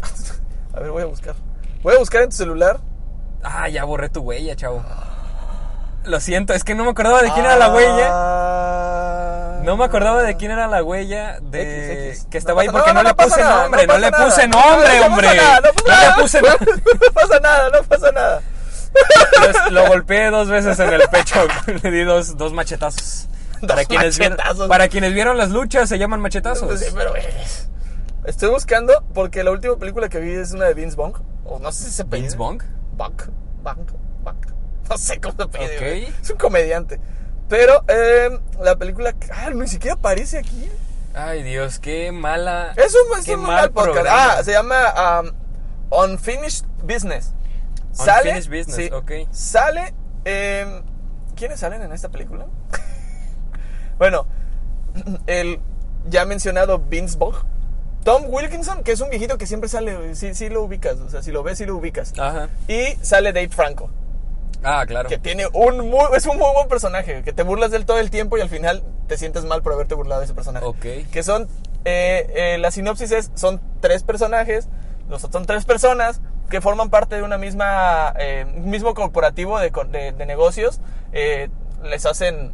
*laughs* A ver, voy a buscar. Voy a buscar en tu celular. Ah, ya borré tu huella, chavo. Lo siento, es que no me acordaba de quién era la Ah. ¿eh? huella. No me acordaba de quién era la huella X, de X. que estaba ahí pasa- porque no, le pasa puse nada, nombre, no, pasa le nada. puse No, nombre, no hombre. pasa nada, *laughs* no pasa le nada. puse nombre. No pasa nada, no pasa nada. Entonces, lo golpeé dos veces en el pecho. *laughs* Le di dos, dos machetazos. Dos *laughs* Para, quienes vieron, machetazos. para quienes vieron las luchas, se llaman machetazos. Sí, pero eh, Estoy buscando porque la última película que vi es una de Vince Bong. O no sé si se apellida. Vince Bong. Bong. Bong. Bong. No sé cómo se apellida. Ok. güey. Es un comediante. Pero eh, la película. Ah, ni siquiera aparece aquí. Ay, Dios, qué mala. Es un, es qué un muy mal podcast. programa. Ah, se llama um, Unfinished Business. Unfinished Business, ok. Sale. eh, ¿Quiénes salen en esta película? *laughs* bueno, el ya mencionado Vince Bog. Tom Wilkinson, que es un viejito que siempre sale, güey, sí, sí lo ubicas, o sea, si lo ves, sí lo ubicas. Ajá. Y sale Dave Franco, Ah, claro. que tiene un muy, es un muy buen personaje, que te burlas del todo el tiempo y al final te sientes mal por haberte burlado de ese personaje. Ok. Que son. eh, eh, la sinopsis es: son tres personajes, los- son tres personas que forman parte de una misma. eh, un mismo corporativo de, co- de- de negocios. eh, les hacen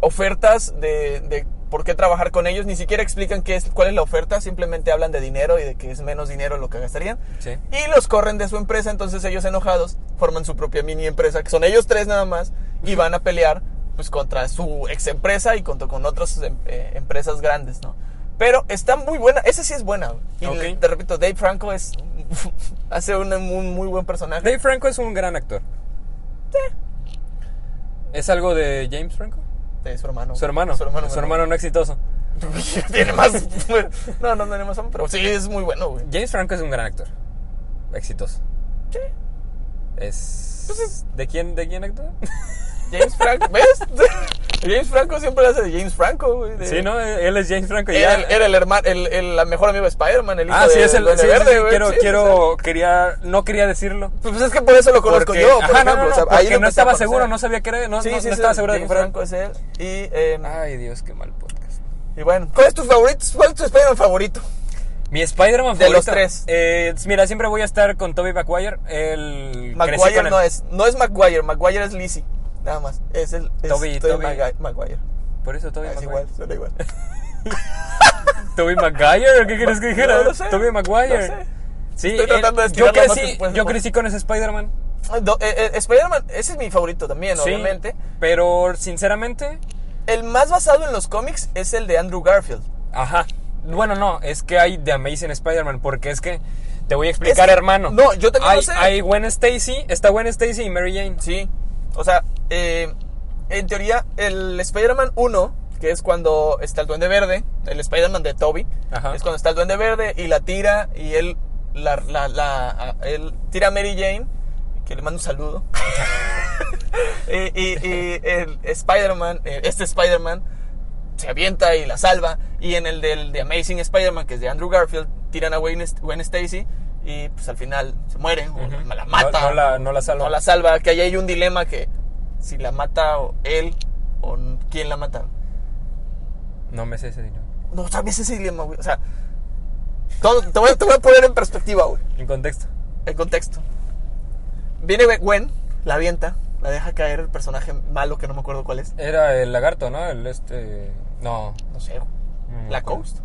ofertas de, de por qué trabajar con ellos. Ni siquiera explican qué es, cuál es la oferta, simplemente hablan de dinero y de que es menos dinero lo que gastarían. Sí. Y los corren de su empresa, entonces ellos enojados forman su propia mini empresa, que son ellos tres nada más, y van a pelear pues contra su ex empresa y contra con otras em- eh, empresas grandes, ¿no? Pero está muy buena, esa sí es buena. güey. Y Ok. le- te repito, Dave Franco es *laughs* hace un muy, muy buen personaje. Dave Franco es un gran actor. ¿Es algo de James Franco? De su hermano. Su hermano. Su hermano. menor. *laughs* no exitoso. tiene más. no, no tiene más hambre, pero sí es muy bueno, güey. James Franco es un gran actor. Exitoso. Sí. Es... Pues es- ¿De quién, de quién actúa? James Franco, ¿ves? *laughs* James Franco siempre hace de James Franco, güey. *laughs* de- Sí, ¿no? Él es James Franco. y Era, ya- el- era el, hermano, el, el- la mejor amigo de Spider-Man, el hijo Ah, sí, de- es el... del sí, Duende sí, sí, Verde, güey. quiero, Sí, o sea, quiero, quería, no quería decirlo. pues es que por eso lo conozco porque- yo, por Ajá, no, ejemplo, no, no, o sea, ahí porque lo empecé no a estaba conocer. seguro, no sabía que era, no, Sí, no- sí, no sí, estaba seguro de que James fuera. Franco es él. Y, eh, Ay, Dios, qué mal podcast. y bueno, ¿cuál es tu favorito? ¿Cuál es tu Spider-Man favorito? Mi Spider-Man De favorito. los tres. eh, mira, siempre voy a estar con Tobey Maguire. El crecí con Maguire él. no es, no es Maguire, Maguire es Lizzie, nada más. Es el es Tobey Toby, Toby. Maguire. Maguire. Por eso Tobey Ah, Es Maguire. igual, suena igual. *laughs* Tobey Maguire, ¿qué quieres que *laughs* dijera? No lo sé, Toby Maguire. no sé. Sí, eh, Estoy tratando de estirar yo la pues, crecí, nota después de yo poco. crecí con ese Spider-Man. Ah, do- eh, eh, Spider-Man, ese es mi favorito también, sí, obviamente. Pero sinceramente, El más basado en los cómics es el de Andrew Garfield. ajá. Bueno, no, es que hay The Amazing Spider-Man porque es que te voy a explicar, Es- hermano. no, yo también hay, lo sé. Hay Gwen Stacy, está Gwen Stacy y Mary Jane. Sí. O sea, eh, en teoría, el Spider-Man 1, que es cuando está el Duende Verde, el Spider-Man de Toby, Ajá. es cuando está el Duende Verde y la tira y él, la, la- la- a- él tira a Mary Jane, que le mando un saludo. *laughs* y, y- y el Spider-Man, eh, este Spider-Man, se avienta y la salva. Y en el del de Amazing Spider-Man, que es de Andrew Garfield, tiran a Gwen, St- Gwen Stacy y pues al final se mueren, o Ujú. la mata. No- no la- no la salva. No la salva, que ahí hay un dilema que si la mata o él o n- quién la mata. No me sé ese dinero. No sabes ese dilema, güey. O sea, todo, te, voy, a- te voy a poner en perspectiva, güey, En contexto. el contexto. Viene Gwen, la avienta, la deja caer el personaje malo que no me acuerdo cuál es. Era el lagarto, ¿no? El este. No. No sé, güey. Mm, La ¿cuál? *laughs* Coast.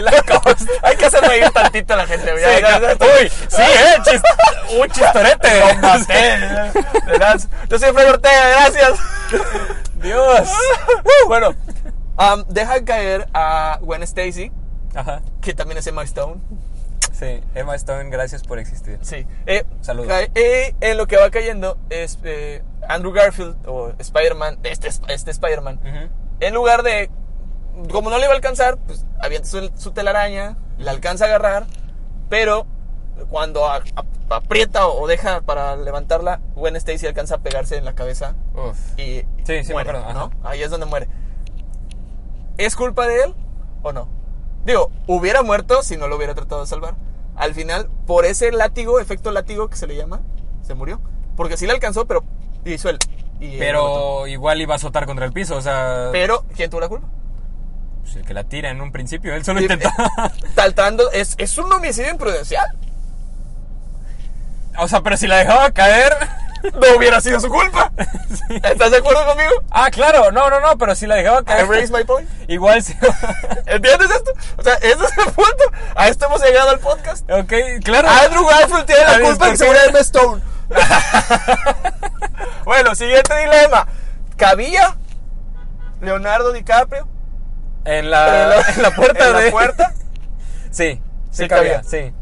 la Coast. Hay que hacer reír tantito a la gente, güey. Ya, ya, ya, estoy- uy, sí, eh, chis- un chistorete. *laughs* *laughs* Gracias. Yo soy Fred Ortega, gracias. Dios. Uh. Bueno, Am, deja caer a Gwen Stacy, Ajá. que también es Emma Stone. Sí, Emma Stone, gracias por existir. Sí. Eh, Saludos. cae- eh, en lo que va cayendo es eh, Andrew Garfield o Spider-Man, este, Sp- este Spider-Man. Ujú. En lugar de, como no le iba a alcanzar, pues avienta su, su telaraña, la alcanza a agarrar, pero cuando a- a- aprieta o deja para levantarla, Gwen Stacy alcanza a pegarse en la cabeza Uf. y Sí, sí, me muere, acuerdo, ¿no? ajá. Ahí es donde muere. ¿Es culpa de él o no? Digo, hubiera muerto si no lo hubiera tratado de salvar. Al final, por ese látigo, efecto látigo que se le llama, se murió. Porque sí le alcanzó, pero hizo él. Y lo mató. Pero igual iba a azotar contra el piso, o sea. Pero, ¿quién tuvo la *laughs* culpa? pues, el que la tira en un principio, él solo Sí, *laughs* intentó. eh, Tratando, es, es un homicidio imprudencial. o sea, pero si la dejaba caer. *laughs* No hubiera sido su culpa. Sí. ¿Estás de acuerdo conmigo? Ah, claro, no, no, no, pero si la dejaba I caer. raise my point. *laughs* Igual sí. ¿Entiendes esto? O sea, ese es el punto. A esto hemos llegado al podcast. ok, claro. Andrew Garfield tiene la Está bien, culpa de que se ¿por qué? murió Emma *laughs* Stone. bueno, siguiente dilema. ¿Cabía Leonardo DiCaprio En la, Ah, en la *laughs* puerta en la de. puerta? *laughs* Sí, sí, Sí cabía. cabía, sí.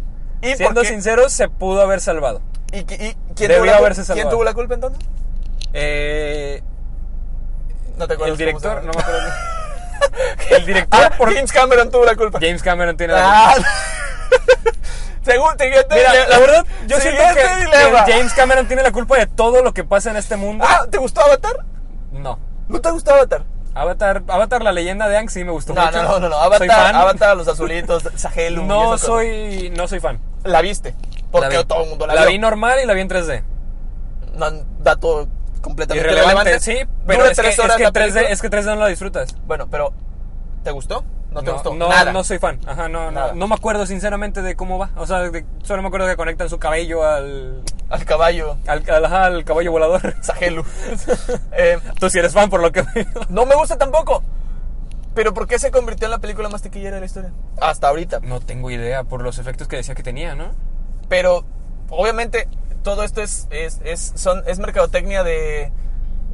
¿Y, por Siendo qué? sinceros, se pudo haber salvado. ¿Y, qui- y quién, Debió tuvo la, haberse cul- salvado. ¿quién tuvo la culpa entonces? Eh, No te el acuerdas. cómo se director, llama. no *laughs* me acuerdo. el director, Ah, *laughs* por- James Cameron tuvo la culpa. James Cameron tiene la *laughs* Ah, Según siguiente Mira, dilema. la verdad, yo siento Siguiente que, que dilema. James Cameron tiene la culpa de todo lo que pasa en este mundo. Ah, ¿te gustó Avatar? No. ¿No te gustó Avatar? Avatar, Avatar la leyenda de Ang sí me gustó No, mucho. no, no, no, no. soy Avatar, fan. Avatar, los azulitos, Sahelu. y esas No cosas. soy, no soy fan. La viste. Porque La vi- todo el mundo la, La vio. vi normal y la vi en 3D. No, un dato completamente Irrelevante, relevante. sí, pero Dura es que, tres es horas que la en 3D, película. es que 3D no la disfrutas. Bueno, pero ¿te gustó? No te gustó. no, Nada. no soy fan. Ajá, no, Nada. no, no me acuerdo sinceramente de cómo va. O sea, de- solo me acuerdo que conectan su cabello al, Al caballo, al, al- ajá, al caballo volador. *laughs* Sahelu. *laughs* Eh, Tú sí eres fan por lo que veo. no me gusta tampoco. Pero ¿por qué se convirtió en la película más tequillera de la historia? Hasta ahorita. No tengo idea por los efectos que decía que tenía, ¿no? Pero obviamente todo esto es, es, es, son, es mercadotecnia de...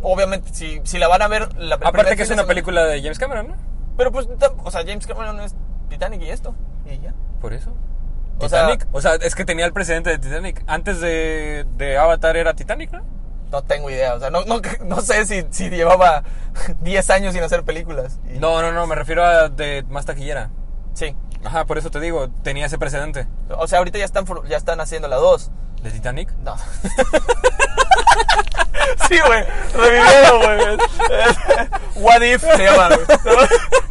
Obviamente, si, si la van a ver... La, el primer Aparte fin que es de una semana- película de James Cameron, ¿no? Pero pues, tam- o sea, James Cameron es Titanic y esto. Y ya. Por eso. O sea- Titanic. O sea, es que tenía el precedente de Titanic. Antes de, de Avatar era Titanic, ¿no? No tengo idea. O sea, no, *laughs* no, no sé si, si llevaba *laughs* 10 años sin hacer películas. Y- No, no, no, me refiero a de más taquillera. Sí. Ajá, por eso te digo, tenía ese precedente. O sea, ahorita ya están, for- ya están haciendo la 2. *laughs* ¿De Titanic? No. sí, güey. Revivieron, güey. *laughs* What if se llama, güey.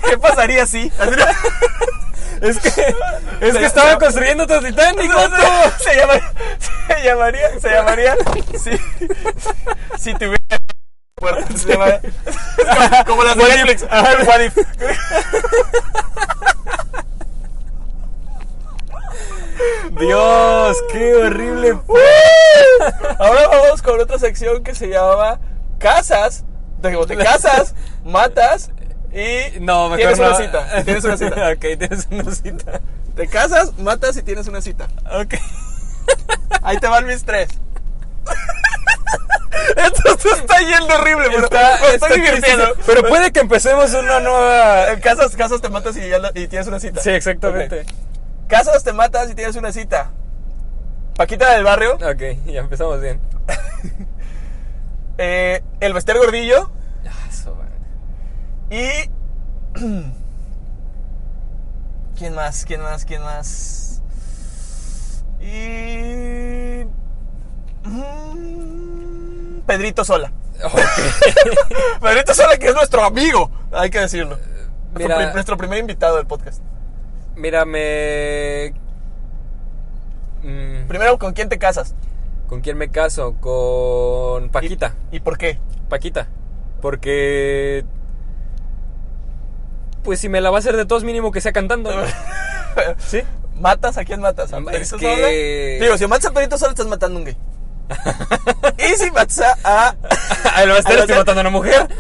¿Qué pasaría si? Así no- *laughs* Es que, es Se- que estaban se- construyendo otro Titanic, No, no, vato. no. Se, llama- se llamaría, se llamaría, si, si tuviera puertas, se llamaría, como, *laughs* como las de *laughs* What if. Netflix, Ajá, what if. Dios, qué horrible. *laughs* Ahora vamos con otra sección que se llama casas, digo, te *laughs* casas, matas y No, mejor tienes no. una cita, *laughs* tienes una cita, *laughs* ok, tienes una cita. te casas, matas y tienes una cita. Ok. *laughs* Ahí te van mis tres. *laughs* Esto, esto está yendo horrible, pero me está estoy divirtiendo. tristísimo. *laughs* Pero puede que empecemos una nueva... Eh, Casas, casas, te matas y, ya la- y tienes una cita. Sí, exactamente. Ok. Casas, te matas y tienes una cita. Paquita del barrio, Ok, ya empezamos bien. eh, el Bester Gordillo Ah, eso, madre. y. *clears throat* ¿Quién más? ¿Quién más? ¿Quién más? Y. mm, Pedrito Sola. *laughs* Pedrito Sola, que es nuestro amigo, hay que decirlo. Nuestro, Eh, Mira. pri- nuestro primer invitado del podcast. Mira, me... Mm, Primero, ¿con quién te casas? ¿Con quién me caso? Con ¿Y- Paquita. ¿Y por qué? *laughs* Paquita. Porque... Pues si me la va a hacer de todos, mínimo que sea *laughs* cantando. ¿no? ¿Sí? *laughs* ¿Matas? ¿A quién matas? ¿A Es Pedrito que- Sola? Digo, si matas a Pedrito Sola, estás matando *laughs* a un gay. y si matas a- a... Ay, lo vas a Ay, estar lo estoy sé. matando a una mujer. *laughs*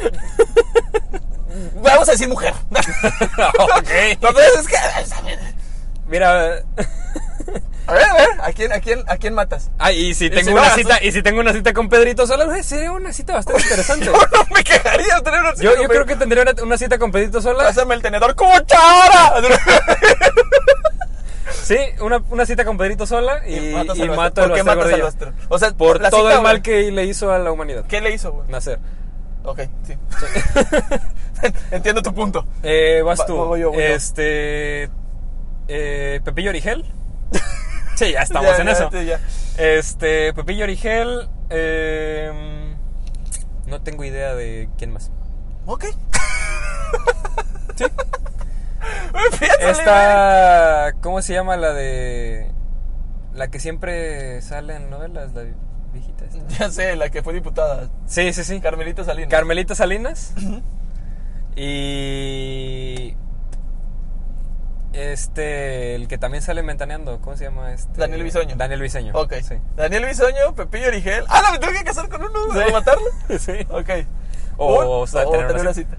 Vamos a decir mujer. ok. No, pero es que... Mira, A ver, a ver, ¿a quién, a quién, a quién matas? *laughs* Ah, y si tengo si no, una eso- cita, y si tengo una cita con Pedrito Sola, güey, sería una *laughs* cita bastante interesante. Yo no me quejaría de tener una cita Yo, con yo creo que tendría una, una cita con Pedrito Sola. Pásame el tenedor como chara. *laughs* Sí, una, una cita con Pedrito Sola y, y mato, Sylvester. al ¿Por qué Bastar matas al Gordillo. Buster? O sea, Por la todo cita, el güey. mal que le hizo a la humanidad. ¿Qué le hizo, güey? Nacer. Ok, *laughs* sí. Entiendo tu punto. Eh, vas Va- tú. voy yo, voy yo. este. Eh, *laughs* Pepillo Origel. sí, ya estamos Ya, en ya, eso. sí, ya. Este, Pepillo Origel. eh, no tengo idea de quién más. Ok. *laughs* *laughs* Sí. Güey, piénsale, Esta. ¿Cómo se llama la de. La que siempre sale en novelas, la viejita esta? güey. Ya sé, la que fue diputada. Sí, sí, sí. Carmelita Salinas. Carmelita Salinas. y. Este, el que también sale en ventaneando, ¿cómo se llama este? Daniel Bisoño. Daniel Bisoño. ok. Sí. Daniel Bisoño, Pepillo Origel. Ah, no, me tengo que casar con uno. ¿Debo *laughs* matarlo? Sí. Ok. O- o sea, tener una cita.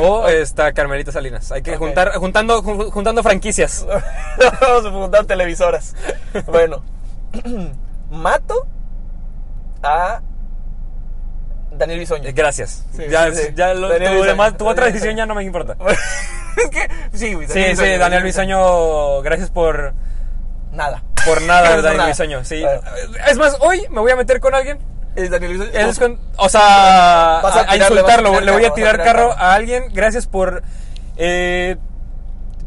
O está Carmelita Salinas. Hay que Ok. juntar, juntando, jun- juntando franquicias. *laughs* Vamos a juntar *laughs* televisoras. Bueno, *clears throat* mato a Daniel Bisoño. Eh, Gracias. Sí, ya, sí, sí. ya lo- Daniel tu, Bisoño. demás- tu otra Daniel decisión Bisoño. ya no me importa. *laughs* es que, sí, güey, Sí, sí, Daniel Bisoño, gracias por, Nada. por nada, Por Daniel nada. Bisoño. Sí. Claro. Es más, hoy me voy a meter con alguien Es Daniel Bisoño. Eso es con- o sea, Vas a a, a tirarle, insultarlo. vas a tirar le voy a carro, tirar vas a tirar carro carro. a alguien. Gracias por, eh,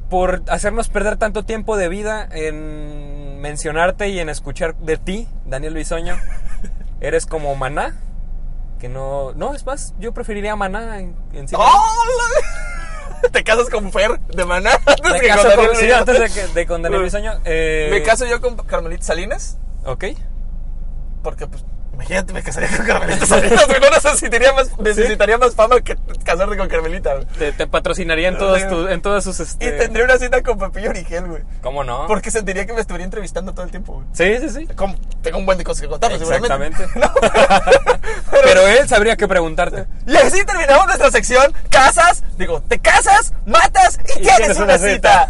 por hacernos perder tanto tiempo de vida en mencionarte y en escuchar de ti, *laughs* Daniel Bisoño. Eres como Maná, que no, no es más. Yo preferiría Maná en, en sí. *laughs* ¡Oh, la- Te casas con Fer de Maná *laughs* antes Me que caso con Daniel con- sí, Bisoño. antes de que- de con *laughs* Daniel Güey. Bisoño. eh, Me caso yo con Carmelita Salinas. Ok. Porque, pues, imagínate, me casaría con *laughs* Carmelita Salinas. güey, no necesitaría más, necesitaría más fama que casarme con Carmelita. güey. Te, te patrocinaría *laughs* en, todas tu- en todas sus. Y Este, tendría una cita con Pepillo Origel, güey. ¿Cómo no? Porque sentiría que me estuviera entrevistando todo el tiempo, güey. Sí, sí, sí. Como, tengo un buen de cosas que contar, seguramente. Exactamente. *laughs* Pero él sabría que preguntarte. Y así terminamos nuestra sección. Casas, digo, te casas, matas y, tienes, una, cita.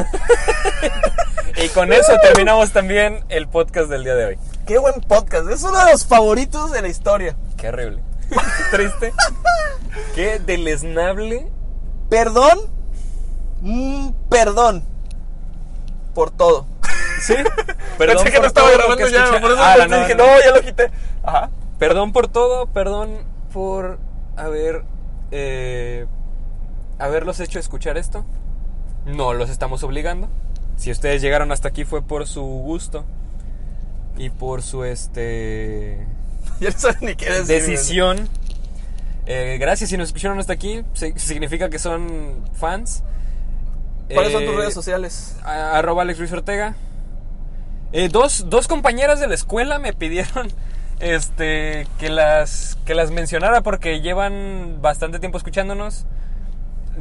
Y con eso terminamos también el podcast del día de hoy. *laughs* Qué buen podcast. Es uno de los favoritos de la historia. Qué horrible. Triste. *laughs* Qué deleznable. Perdón. mm, perdón. Por todo. Sí. Pensé que no por estaba todo lo grabando que ya. escuché. Por eso Ah, pensé, no, dije, no. no. ya lo quité. *laughs* Ajá. Perdón por todo, perdón por haber eh, haberlos hecho escuchar esto. No los estamos obligando. Si ustedes llegaron hasta aquí fue por su gusto y por su este Ya no sabes ni qué decir. güey. decisión. Eh, gracias si nos escucharon hasta aquí. se- significa que son fans. ¿Cuáles son Eh, tus redes sociales? a- Arroba Alex Ruiz Ortega. Eh, dos, dos compañeras de la escuela me pidieron *laughs* este, que, las, que las mencionara porque llevan bastante tiempo escuchándonos.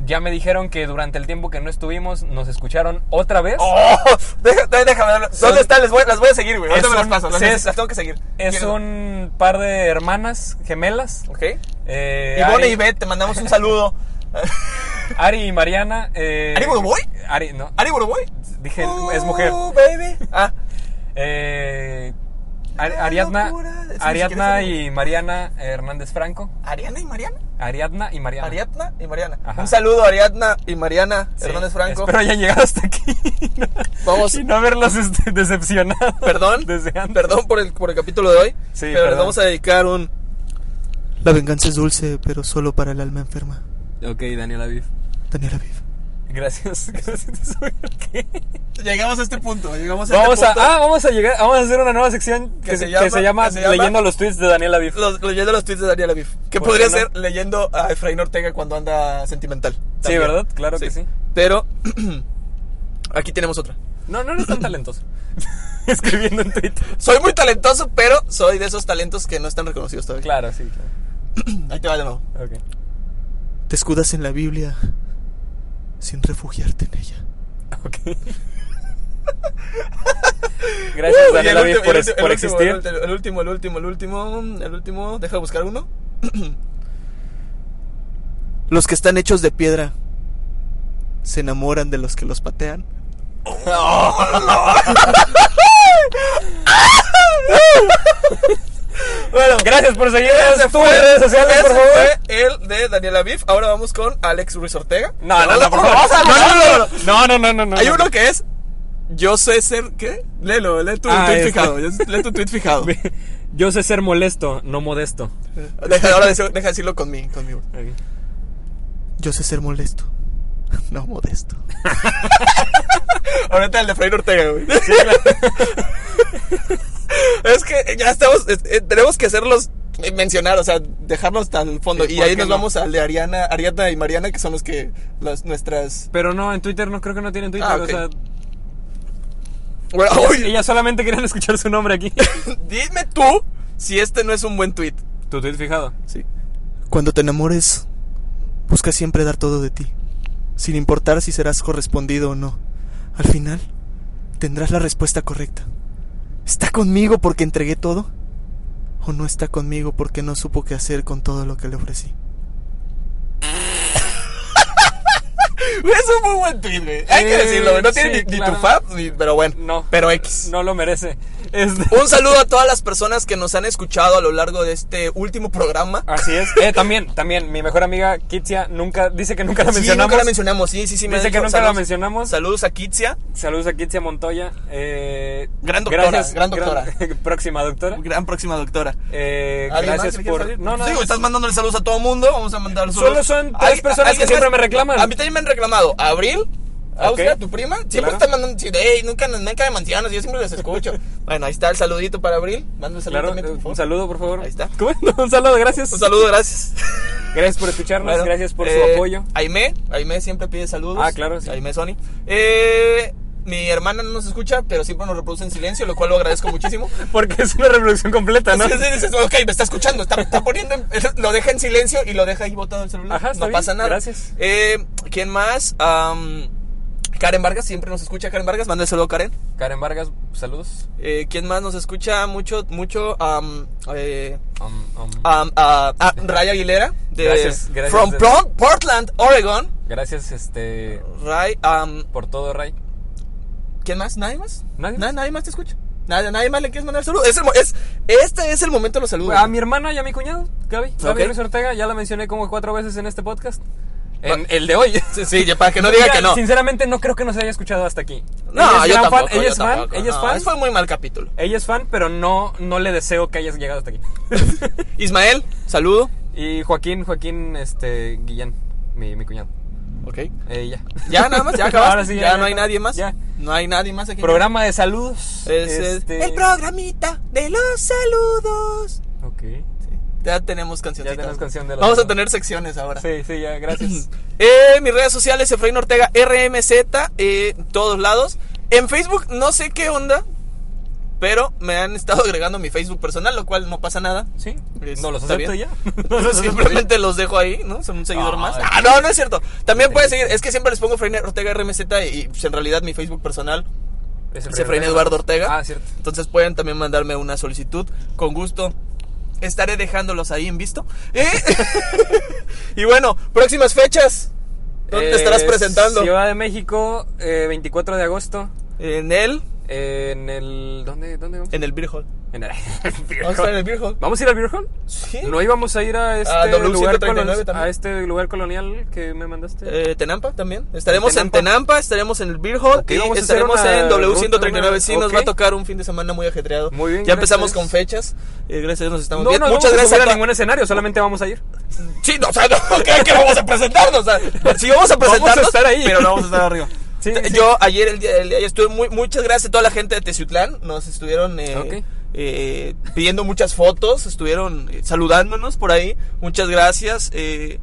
Ya me dijeron que durante el tiempo que no estuvimos nos escucharon otra vez. *laughs* Oh, deja- deja- déjame hablar. Son- ¿Dónde están? Les voy, las voy a seguir, güey. Ahorita Es me las un- paso. Las, sí, es- neces- las tengo que seguir. es Quiero- un par de hermanas gemelas. Ok. Eh, Ivone Ari- y Bet, te mandamos un saludo. Ari y Mariana. eh, ¿Ari Boroboy? Ari, no. ¿Ari Boroboy? Dije, es mujer. Oh, baby. Ah, Eh, Ari- Ay, Ariadna, locura. Sí, Ariadna si quieres y Mariana Hernández Franco. Ariana y Mariana. Ariadna y Mariana. Ariadna y Mariana. Ajá. Un saludo a Ariadna y Mariana Sí, Hernández Franco. Espero hayan llegado hasta aquí. Vamos. *laughs* Y no haberlos este, decepcionado. Perdón, Desde *laughs* antes. perdón por el, por el capítulo de hoy. Sí, pero les perdón. vamos a dedicar un. La venganza es dulce, pero solo para el alma enferma. Ok, Daniel Aviv. Daniela Viv. Gracias. *laughs* Gracias. Ok. Llegamos a este punto. Llegamos a Vamos este a, punto. ah, vamos a llegar, vamos a hacer una nueva sección que, Que se, se que llama- se llama, que se llama- leyendo los tweets de Daniel Aviv. Los- leyendo los tweets de Daniel Aviv. Que ¿Por podría qué no? ser leyendo a Efraín Ortega cuando anda sentimental. Sí, También. ¿verdad? Claro que sí. Pero aquí tenemos otra. No, no eres tan talentoso. *laughs* Escribiendo en Twitter. Soy muy talentoso, pero soy de esos talentos que no están reconocidos todavía. Claro, sí, claro. Ahí te va de nuevo. Ok. Te escudas en la Biblia sin refugiarte en ella. Ok. Gracias, Uh, Y el Daniel Aviv, último, por, el es- último, por el último, existir. El último, el último, el último, el último. Deja de buscar uno. Los que están hechos de piedra se enamoran de los que los patean. Bueno, Gracias por ese seguirnos. Tú fue- en redes sociales, ese por favor. fue el de Daniel Aviv. Ahora vamos con Alex Ruiz Ortega. No, no, no, por No, favor. no, no, no, no. No, no, no, no, no. Hay uno que es. Yo sé ser. ¿Qué? Léelo, lee tu Ah, tweet *laughs* este. fijado. yo- Lee tu tweet fijado. Yo sé ser molesto, no modesto. Deja, ahora decí- deja decirlo con mi, con mi- Yo sé ser molesto. *laughs* No modesto. Ahorita el de Freire Ortega, *laughs* güey. es que ya estamos. es- eh, tenemos que hacerlos eh, mencionar, o sea, dejarlos hasta el fondo. Sí, y ¿por ahí qué nos no? vamos al de Ariana, Ariana y Mariana, que son los que. Las, nuestras. Pero no, en Twitter no creo que no tienen Twitter. Ah, o ok. sea, Bueno, *laughs* uy, ellas solamente querían *laughs* escuchar su nombre aquí. dime tú si este no es un buen tweet. tu tweet fijado. Sí. Cuando te enamores, busca siempre dar todo de ti, sin importar si serás correspondido o no. Al final, tendrás la respuesta correcta. ¿Está conmigo porque entregué todo? ¿O no está conmigo porque no supo qué hacer con todo lo que le ofrecí? Güey, Es un muy buen tweet, güey. Hay que Eh, decirlo, güey. No tiene sí, ni, ni claro. tu fab, ni- pero bueno. No. Pero X. No lo merece. Este- Un saludo a todas las personas que nos han escuchado a lo largo de este último programa. Así es. Eh, también, también, mi mejor amiga Kitsia nunca, dice que nunca la Sí, mencionamos. nunca la mencionamos. Sí, sí, sí. me Dice ha que dicho. nunca la Saludos- mencionamos. Saludos a Kitsia. Saludos a Kitsia Montoya. Eh, Gran doctora, gran *laughs* próxima doctora. Gran próxima doctora. Eh, ¿Alguien más gracias que quiera por. salir? No, no. Sí, güey, estás mandándole saludos a todo mundo. Vamos a mandar saludos. Solo son tres Alguien- personas alguien que siempre más- me reclaman. A mí también me han reclamado. Abril, Austria, Ok. tu prima. Siempre Claro. están mandando. Sí, "Ey, nunca, nunca me mencionas. Yo siempre los *laughs* escucho. bueno, ahí está el saludito para Abril. Mándale saludo Claro, también, eh, por favor. un saludo, por favor. Ahí está. *laughs* ¿Cómo? Un saludo, gracias. Un saludo, gracias. Gracias por escucharnos, Bueno, gracias por eh, su apoyo. *laughs* Aime, Aime siempre pide saludos. Ah, claro, sí. Aime Sony. Eh, mi hermana no nos escucha, pero siempre nos reproduce en silencio, lo cual lo agradezco *laughs* muchísimo. *laughs* Porque es una reproducción completa, ¿no? Entonces dices, ok, me está escuchando, está, está poniendo, en- lo deja en silencio y lo deja ahí botado el celular. Ajá, está no bien, pasa nada. gracias. Eh, ¿Quién más? Am, Karen Vargas, siempre nos escucha Karen Vargas, manda saludo Karen. Karen Vargas, saludos. Eh, ¿Quién más nos escucha mucho, mucho? am, eh, Um, um, am, ah, ah, Ray Aguilera, de Gracias, gracias. From Port- Portland, Oregon. Gracias, este. Ray, am, Por todo, Ray. ¿Quién más? ¿Nadie más? Nadie Na- más. nadie más te escucha. Nadie, nadie más le quieres mandar saludos. Es el mo- es- este es el momento de los saludos. A Ah, mi hermana y a mi cuñado, Gaby. Gaby Ok. Ruiz Ortega, ya la mencioné como cuatro veces en este podcast. En el de hoy. Sí, sí, ya, para que no diga que no. Sinceramente, no creo que nos haya escuchado hasta aquí. No, yo Ella es gran tampoco. fan, Ella yo es fan, tampoco. ella es No, fan. ese fue muy mal capítulo. Ella es fan, pero no, no le deseo que hayas llegado hasta aquí. *laughs* Ismael, saludo. y Joaquín, Joaquín, este, Guillén, mi, mi cuñado. Ok. Eh, ya. Ya nada más, ya acabaste. *laughs* Ahora sí, ya, no hay nadie más. ya. No hay nadie más aquí. Programa de saludos. Es el- este- el programita de los saludos. Ok. Ya tenemos canciones. tenemos canción de los Vamos a saludos. tener secciones ahora. Sí, sí, *clears throat* ya, gracias. Eh, mis redes sociales, Efraín Ortega, RMZ, eh, en todos lados. En Facebook no sé qué onda, pero me han estado *laughs* agregando mi Facebook personal, lo cual no pasa nada. Sí, Es- no los está acepto bien. *laughs* ya. Simplemente los dejo ahí, ¿no? Son un seguidor Ay. más. Ah, no, no es cierto. También puedes seguir, es que siempre les pongo Efraín Ortega, RMZ, y, pues, en realidad mi Facebook personal Es es Efraín Eduardo Ortega. Ah, cierto. Entonces pueden también mandarme una solicitud, con gusto. Estaré dejándolos ahí en visto. Eh, *laughs* y bueno, próximas fechas. ¿Dónde te Eh, estarás presentando? Ciudad de México, eh, 24 de agosto. En el. eh, en el. ¿Dónde, dónde vamos? En el Beer Hall. En el. *laughs* Vamos a Beer Hall. estar en el Beer Hall. ¿Vamos a ir al Beer Hall? Sí. Ah, No íbamos a ir a este, A W139 lugar, también. a este lugar colonial que me mandaste. Eh, Tenampa también. Estaremos Tenampa. en Tenampa, estaremos en el Beer Hall Ok, y vamos a hacer estaremos una en ruta, una- W139. Sí, nos ok. va a tocar un fin de semana muy ajetreado. Muy bien, Ya gracias empezamos a con Dios. fechas. Eh, gracias a Dios nos estamos no, bien. no, Muchas no vamos gracias a, subir a toda- ningún escenario, solamente vamos a ir. Sí, no, o sea, *laughs* no, ¿qué, qué vamos a presentarnos? O sea, sí, vamos a presentarnos. estar ahí. Pero no vamos a estar arriba. Sí, Te- sí. Yo ayer, el día, el día- estuve muy, muchas gracias a toda la gente de Teciutlán. Nos estuvieron eh, Ok. eh, pidiendo muchas fotos, estuvieron eh, saludándonos por ahí. Muchas gracias. eh,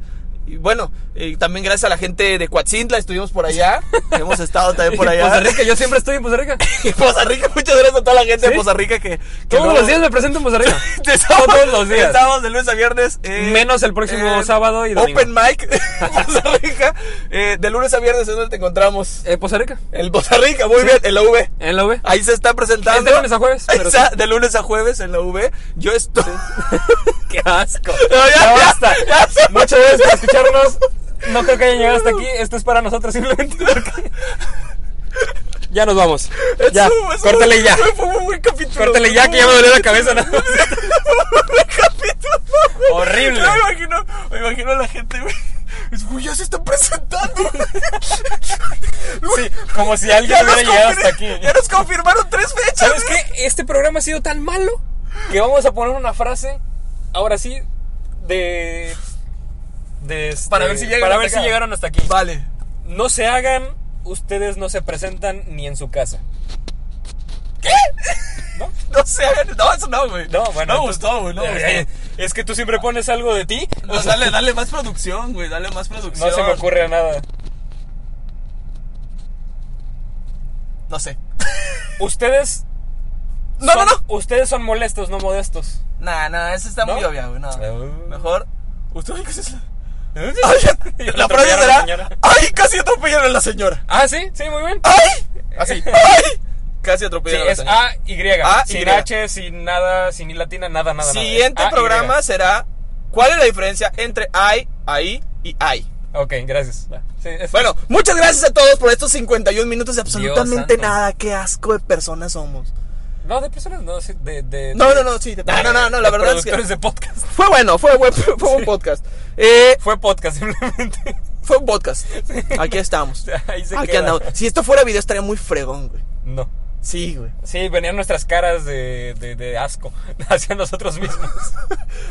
y bueno, eh, también gracias a la gente de Coatzintla, estuvimos por *laughs* allá. Hemos estado también por allá. Poza Rica, yo siempre estoy en *laughs* Poza Rica. Y Poza Rica, muchas gracias a toda la gente de ¿Sí? Poza Rica que. que Todos luego- *laughs* los días me presento en Poza Rica. de sábado- Todos los días. de sábado, de lunes a viernes. eh, Menos el próximo sábado y domingo. Open mic. *laughs* Poza Rica. Eh, de lunes a viernes es donde te encontramos. Eh, Poza Rica, El Poza Rica, muy bien, en la V. en la V. Ahí se está presentando. Es de lunes a *laughs* jueves, Ahí pero está, sí. De lunes a jueves en la V. Yo estoy. ¡Qué *laughs* asco! No, ya, Ya ya, basta. ya. Muchas gracias por escucharnos. No creo que hayan llegado hasta aquí. Esto es para nosotros simplemente porque Ya nos vamos. Es ya, un- es un- córtale ya. Fue un buen capítulo. Córtale ya, que ya me duele la cabeza. *laughs* ¿no? capítulo. Horrible. Yo me imagino, me imagino a la gente, güey. Es, güey, ya se están presentando. Sí, como si alguien nos hubiera llegado hasta confir- aquí. Ya nos confirmaron tres fechas. ¿Sabes güey. qué? Este programa ha sido tan malo que vamos a poner una frase, ahora sí, de. de este- Para ver si llegan para hasta ver si acá. llegaron hasta aquí. Vale. No se hagan, ustedes no se presentan ni en su casa. No sé, no, eso no, güey. No, bueno. No me entonces- gustó, güey. *laughs* No me gustó. Eh, Es que tú siempre pones algo de ti. No, dale, dale más producción, güey. Dale más producción. No se me ocurre nada. No sé. Ustedes. No, son- no, no. Ustedes son molestos, no modestos. Nah, nah, eso está ¿No? muy obvia, güey. No. Eh. Mejor. Usted, ay, casi se la- *laughs* Ay, la atropellaron frase a la será. señora. ay, casi atropellaron a la señora. Ah, sí, sí, muy bien. Ay, *laughs* así. Ay, casi Sí, atropellaron a la es señora. A Y. A, sin Y. H, sin nada, sin I latina, nada, nada. nada. Siguiente Ah, Es A, programa será ¿Cuál es la diferencia entre I, ahí y I? Y. Ok, gracias. Va. Sí, es- Bueno, muchas gracias a todos por estos 51 minutos de Dios absolutamente santo. nada. Qué asco de personas somos. No, de personas, no, sí, de, de- No, de- no, no, sí. de- No, no, no, la de verdad es que productores de podcast. fue bueno, fue buen, fue buen podcast. Eh, Fue podcast, *laughs* simplemente. fue un podcast. *laughs* Aquí estamos. Ahí se Aquí queda. andamos. Si esto fuera video estaría muy fregón, güey. No. Sí, güey. Sí, venían nuestras caras de, de, de asco *laughs* hacia nosotros *laughs* mismos.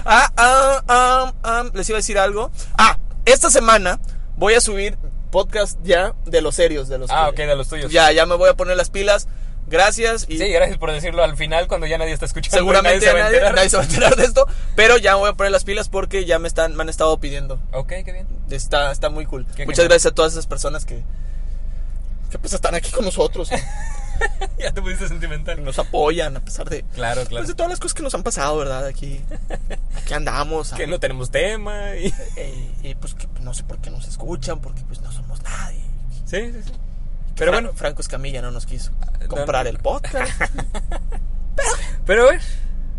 Ah, ah, ah, ah, les iba a decir algo. Ah, esta semana voy a subir podcast ya de los serios, de los Ah, que- ok, de los tuyos. Ya, ya me voy a poner las pilas. Gracias. Y Sí, gracias por decirlo al final cuando ya nadie está escuchando. y seguramente nadie, nadie se enterar. va a enterar de esto. Pero ya me voy a poner las pilas porque ya me, están, me han estado pidiendo. Ok, qué bien. Está, está muy cool. Qué Muchas genial. gracias a todas esas personas que, que pues están aquí con nosotros. *laughs* ya te pusiste sentimental. nos apoyan a pesar de, Claro, claro. pues, de todas las cosas que nos han pasado, ¿verdad? Aquí, aquí andamos. que ah, no tenemos tema y... *laughs* eh, y pues que no sé por qué nos escuchan, porque pues no somos nadie. Sí, sí, sí. Pero Fran- bueno, Ah, Franco Escamilla no nos quiso comprar el *laughs* podcast. pero bueno,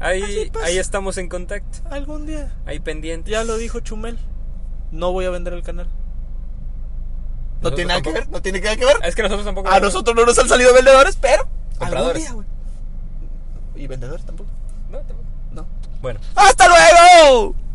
Así ahí, pasa. ahí estamos en contacto, Algún día. ahí pendiente. Ya lo dijo Chumel. No voy a vender el canal. No Nosotros tiene nada que tampoco. ver, no tiene nada que ver. Es que nosotros tampoco... A nosotros no nos han salido vendedores, pero. Compradores. algún día, güey. Y vendedores tampoco. No, tampoco. No. Bueno. ¡Hasta luego!